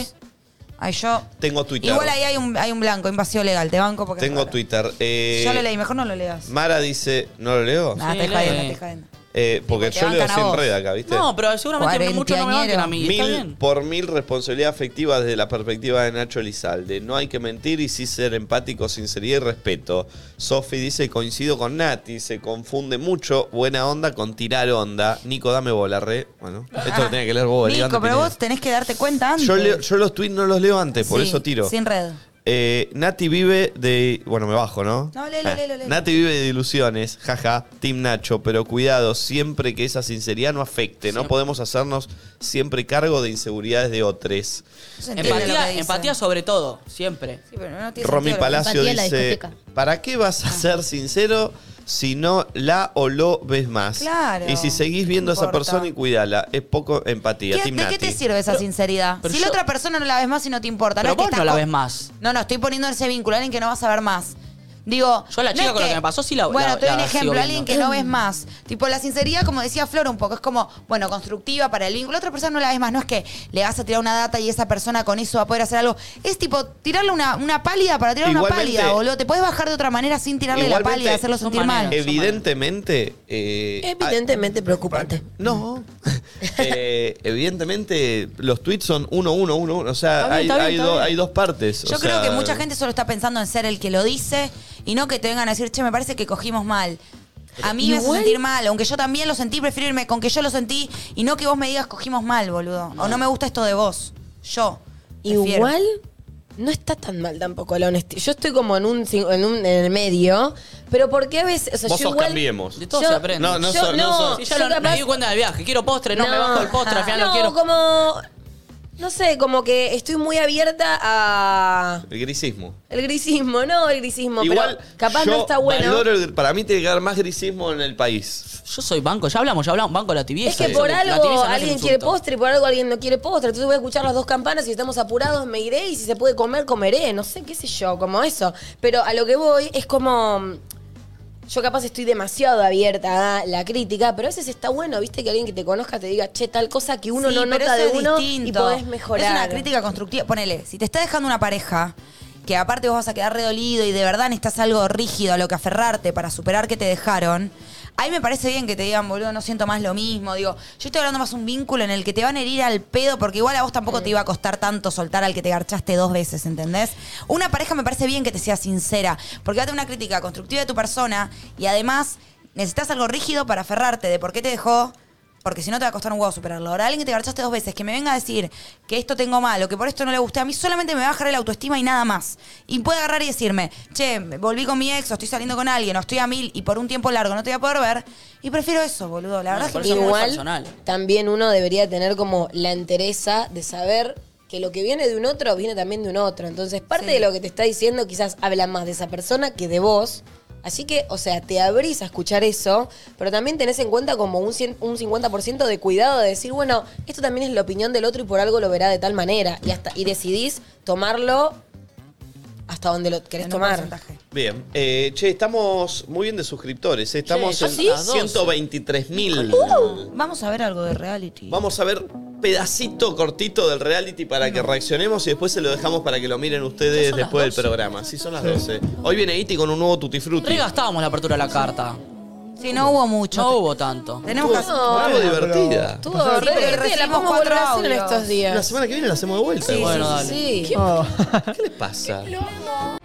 Ay, yo... Tengo Twitter. Igual ahí hay un, hay un blanco, invasión legal, te banco porque... Tengo Twitter. eh, Yo lo leí, mejor no lo leas. Mara dice, ¿no lo leo? Nada, te jodiendo, te jodiendo. Eh, porque Te yo leo bancan a sin vos. red acá, ¿viste? No, pero seguramente muchos no me banquen a mí. Está Mil bien. por mil responsabilidad afectiva desde la perspectiva de Nacho Elizalde. No hay que mentir y sí ser empático, sinceridad y respeto. Sofi dice, coincido con Nati, se confunde mucho buena onda con tirar onda. Nico, dame bola, re. Bueno, esto lo tenía que leer vos, Nico, Elegante pero Pineda. vos tenés que darte cuenta antes. Yo, leo- yo los tweets no los leo antes, por Sí, eso tiro. Sin red. Eh, Nati vive de. Bueno, me bajo, ¿no? No, léelo, Ah. léelo, léelo. Nati vive de ilusiones, jaja, Team Nacho, pero cuidado, siempre que esa sinceridad no afecte. No podemos hacernos siempre cargo de inseguridades de otros. Empatía, empatía sobre todo, siempre. Romy Palacio dice: ¿Para qué vas Ah. a ser sincero si no la o lo ves más? Claro. Y si seguís viendo a esa importa. persona y cuidala, es poco empatía. ¿Qué- Team ¿De Nati. qué te sirve esa sinceridad? pero si yo- la otra persona no la ves más y no te importa. Pero es que vos estás no la con- ves más. No, no, estoy poniendo ese vincular en que no vas a ver más. Digo. Yo la no chica es con la que me pasó sí la- Bueno, la- te doy la sigo un ejemplo, viendo. alguien que no ves más. Tipo, la sinceridad, como decía Flor un poco, es como, bueno, constructiva para el vínculo. La otra persona no la ves más. No es que le vas a tirar una data y esa persona con eso va a poder hacer algo. Es tipo, tirarle una, una pálida para tirar una Igualmente- pálida, boludo. Te puedes bajar de otra manera sin tirarle la Igualmente, pálida, hacerlo sentir mal. Evidentemente. eh, Evidentemente preocupante. No. Eh, evidentemente, los tweets son uno, uno, uno, uno. O sea, Está bien, hay, está bien, hay está do- bien. hay dos partes. Yo o creo sea, que mucha gente solo está pensando en ser el que lo dice y no que te vengan a decir, che, me parece que cogimos mal. A mí me hace Igual- sentir mal, aunque yo también lo sentí, prefiero irme con que yo lo sentí y no que vos me digas cogimos mal, boludo. O no me gusta esto de vos. Yo. prefiero. Ah. Igual no está tan mal tampoco la honestidad. Yo estoy como en un, cin- en un en el medio, pero porque a veces, o sea, Vos yo sos igual cambiemos. De todo se aprende. No, no yo- so- no so- Si ya lo, me di cuenta del viaje, quiero postre, no, me bajo el postre, al final no, no, quiero. como no sé, como que estoy muy abierta a El grisismo. el grisismo, no, el grisismo, Igual, pero capaz yo no está bueno. valoro el- para mí tiene que haber más grisismo en el país. Yo soy banco, ya hablamos, ya hablamos, banco la tibieza. Es que Eso, por la algo tibieza no es alguien insulto. quiere postre y por algo alguien no quiere postre. Entonces voy a escuchar las dos campanas. Si estamos apurados, me iré. Y si se puede comer, comeré. No sé, qué sé yo, como eso. Pero a lo que voy es como. mm, Yo capaz estoy demasiado abierta a la crítica, pero a veces está bueno, viste, que alguien que te conozca te diga, che, tal cosa que uno Sí, no pero nota de eso es uno y distinto. podés mejorar. Es una crítica constructiva. Ponele, si te está dejando una pareja, que aparte vos vas a quedar redolido y de verdad necesitas algo rígido a lo que aferrarte para superar que te dejaron. Ahí me parece bien que te digan, boludo, no siento más lo mismo. Digo, yo estoy hablando más un vínculo en el que te van a herir al pedo, porque igual a vos tampoco te iba a costar tanto soltar al que te garchaste dos veces, ¿entendés? Una pareja me parece bien que te sea sincera, porque va a tener una crítica constructiva de tu persona y además necesitas algo rígido para aferrarte de por qué te dejó, porque si no te va a costar un huevo superarlo. Ahora alguien que te garchaste dos veces, que me venga a decir que esto tengo mal o que por esto no le gusté, a mí solamente me va a bajar la autoestima y nada más. Y puede agarrar y decirme, che, volví con mi ex o estoy saliendo con alguien o estoy a mil y por un tiempo largo no te voy a poder ver. Y prefiero eso, boludo. La verdad es que Igual, también uno debería tener como la entereza de saber que lo que viene de un otro viene también de un otro. Entonces, parte de lo que te está diciendo quizás habla más de esa persona que de vos. Así que, o sea, te abrís a escuchar eso, pero también tenés en cuenta como un, cien- un 50% de cuidado de decir, bueno, esto también es la opinión del otro y por algo lo verá de tal manera. Y, hasta, y decidís tomarlo hasta donde lo querés tomar. Bien. Eh, che, estamos muy bien de suscriptores. eh. Estamos Che, en ¿Ah, ¿sí? 123 mil. Vamos a ver algo de reality. Vamos a ver pedacito cortito del reality para que reaccionemos y después se lo dejamos para que lo miren ustedes después del programa. Sí, son las 12. Hoy viene Iti con un nuevo Tutti Frutti. Regastábamos la apertura de la carta. Sí, no hubo mucho. No hubo tanto. Tenemos que hacer- Estuvo Bueno, pero- divertida. Estuvo re divertida, la recibimos podemos volver cuatro a hacer en audios. estos días. Oh. La semana que viene la hacemos de vuelta. Sí, igual. sí, sí, sí. ¿Qué les pasa?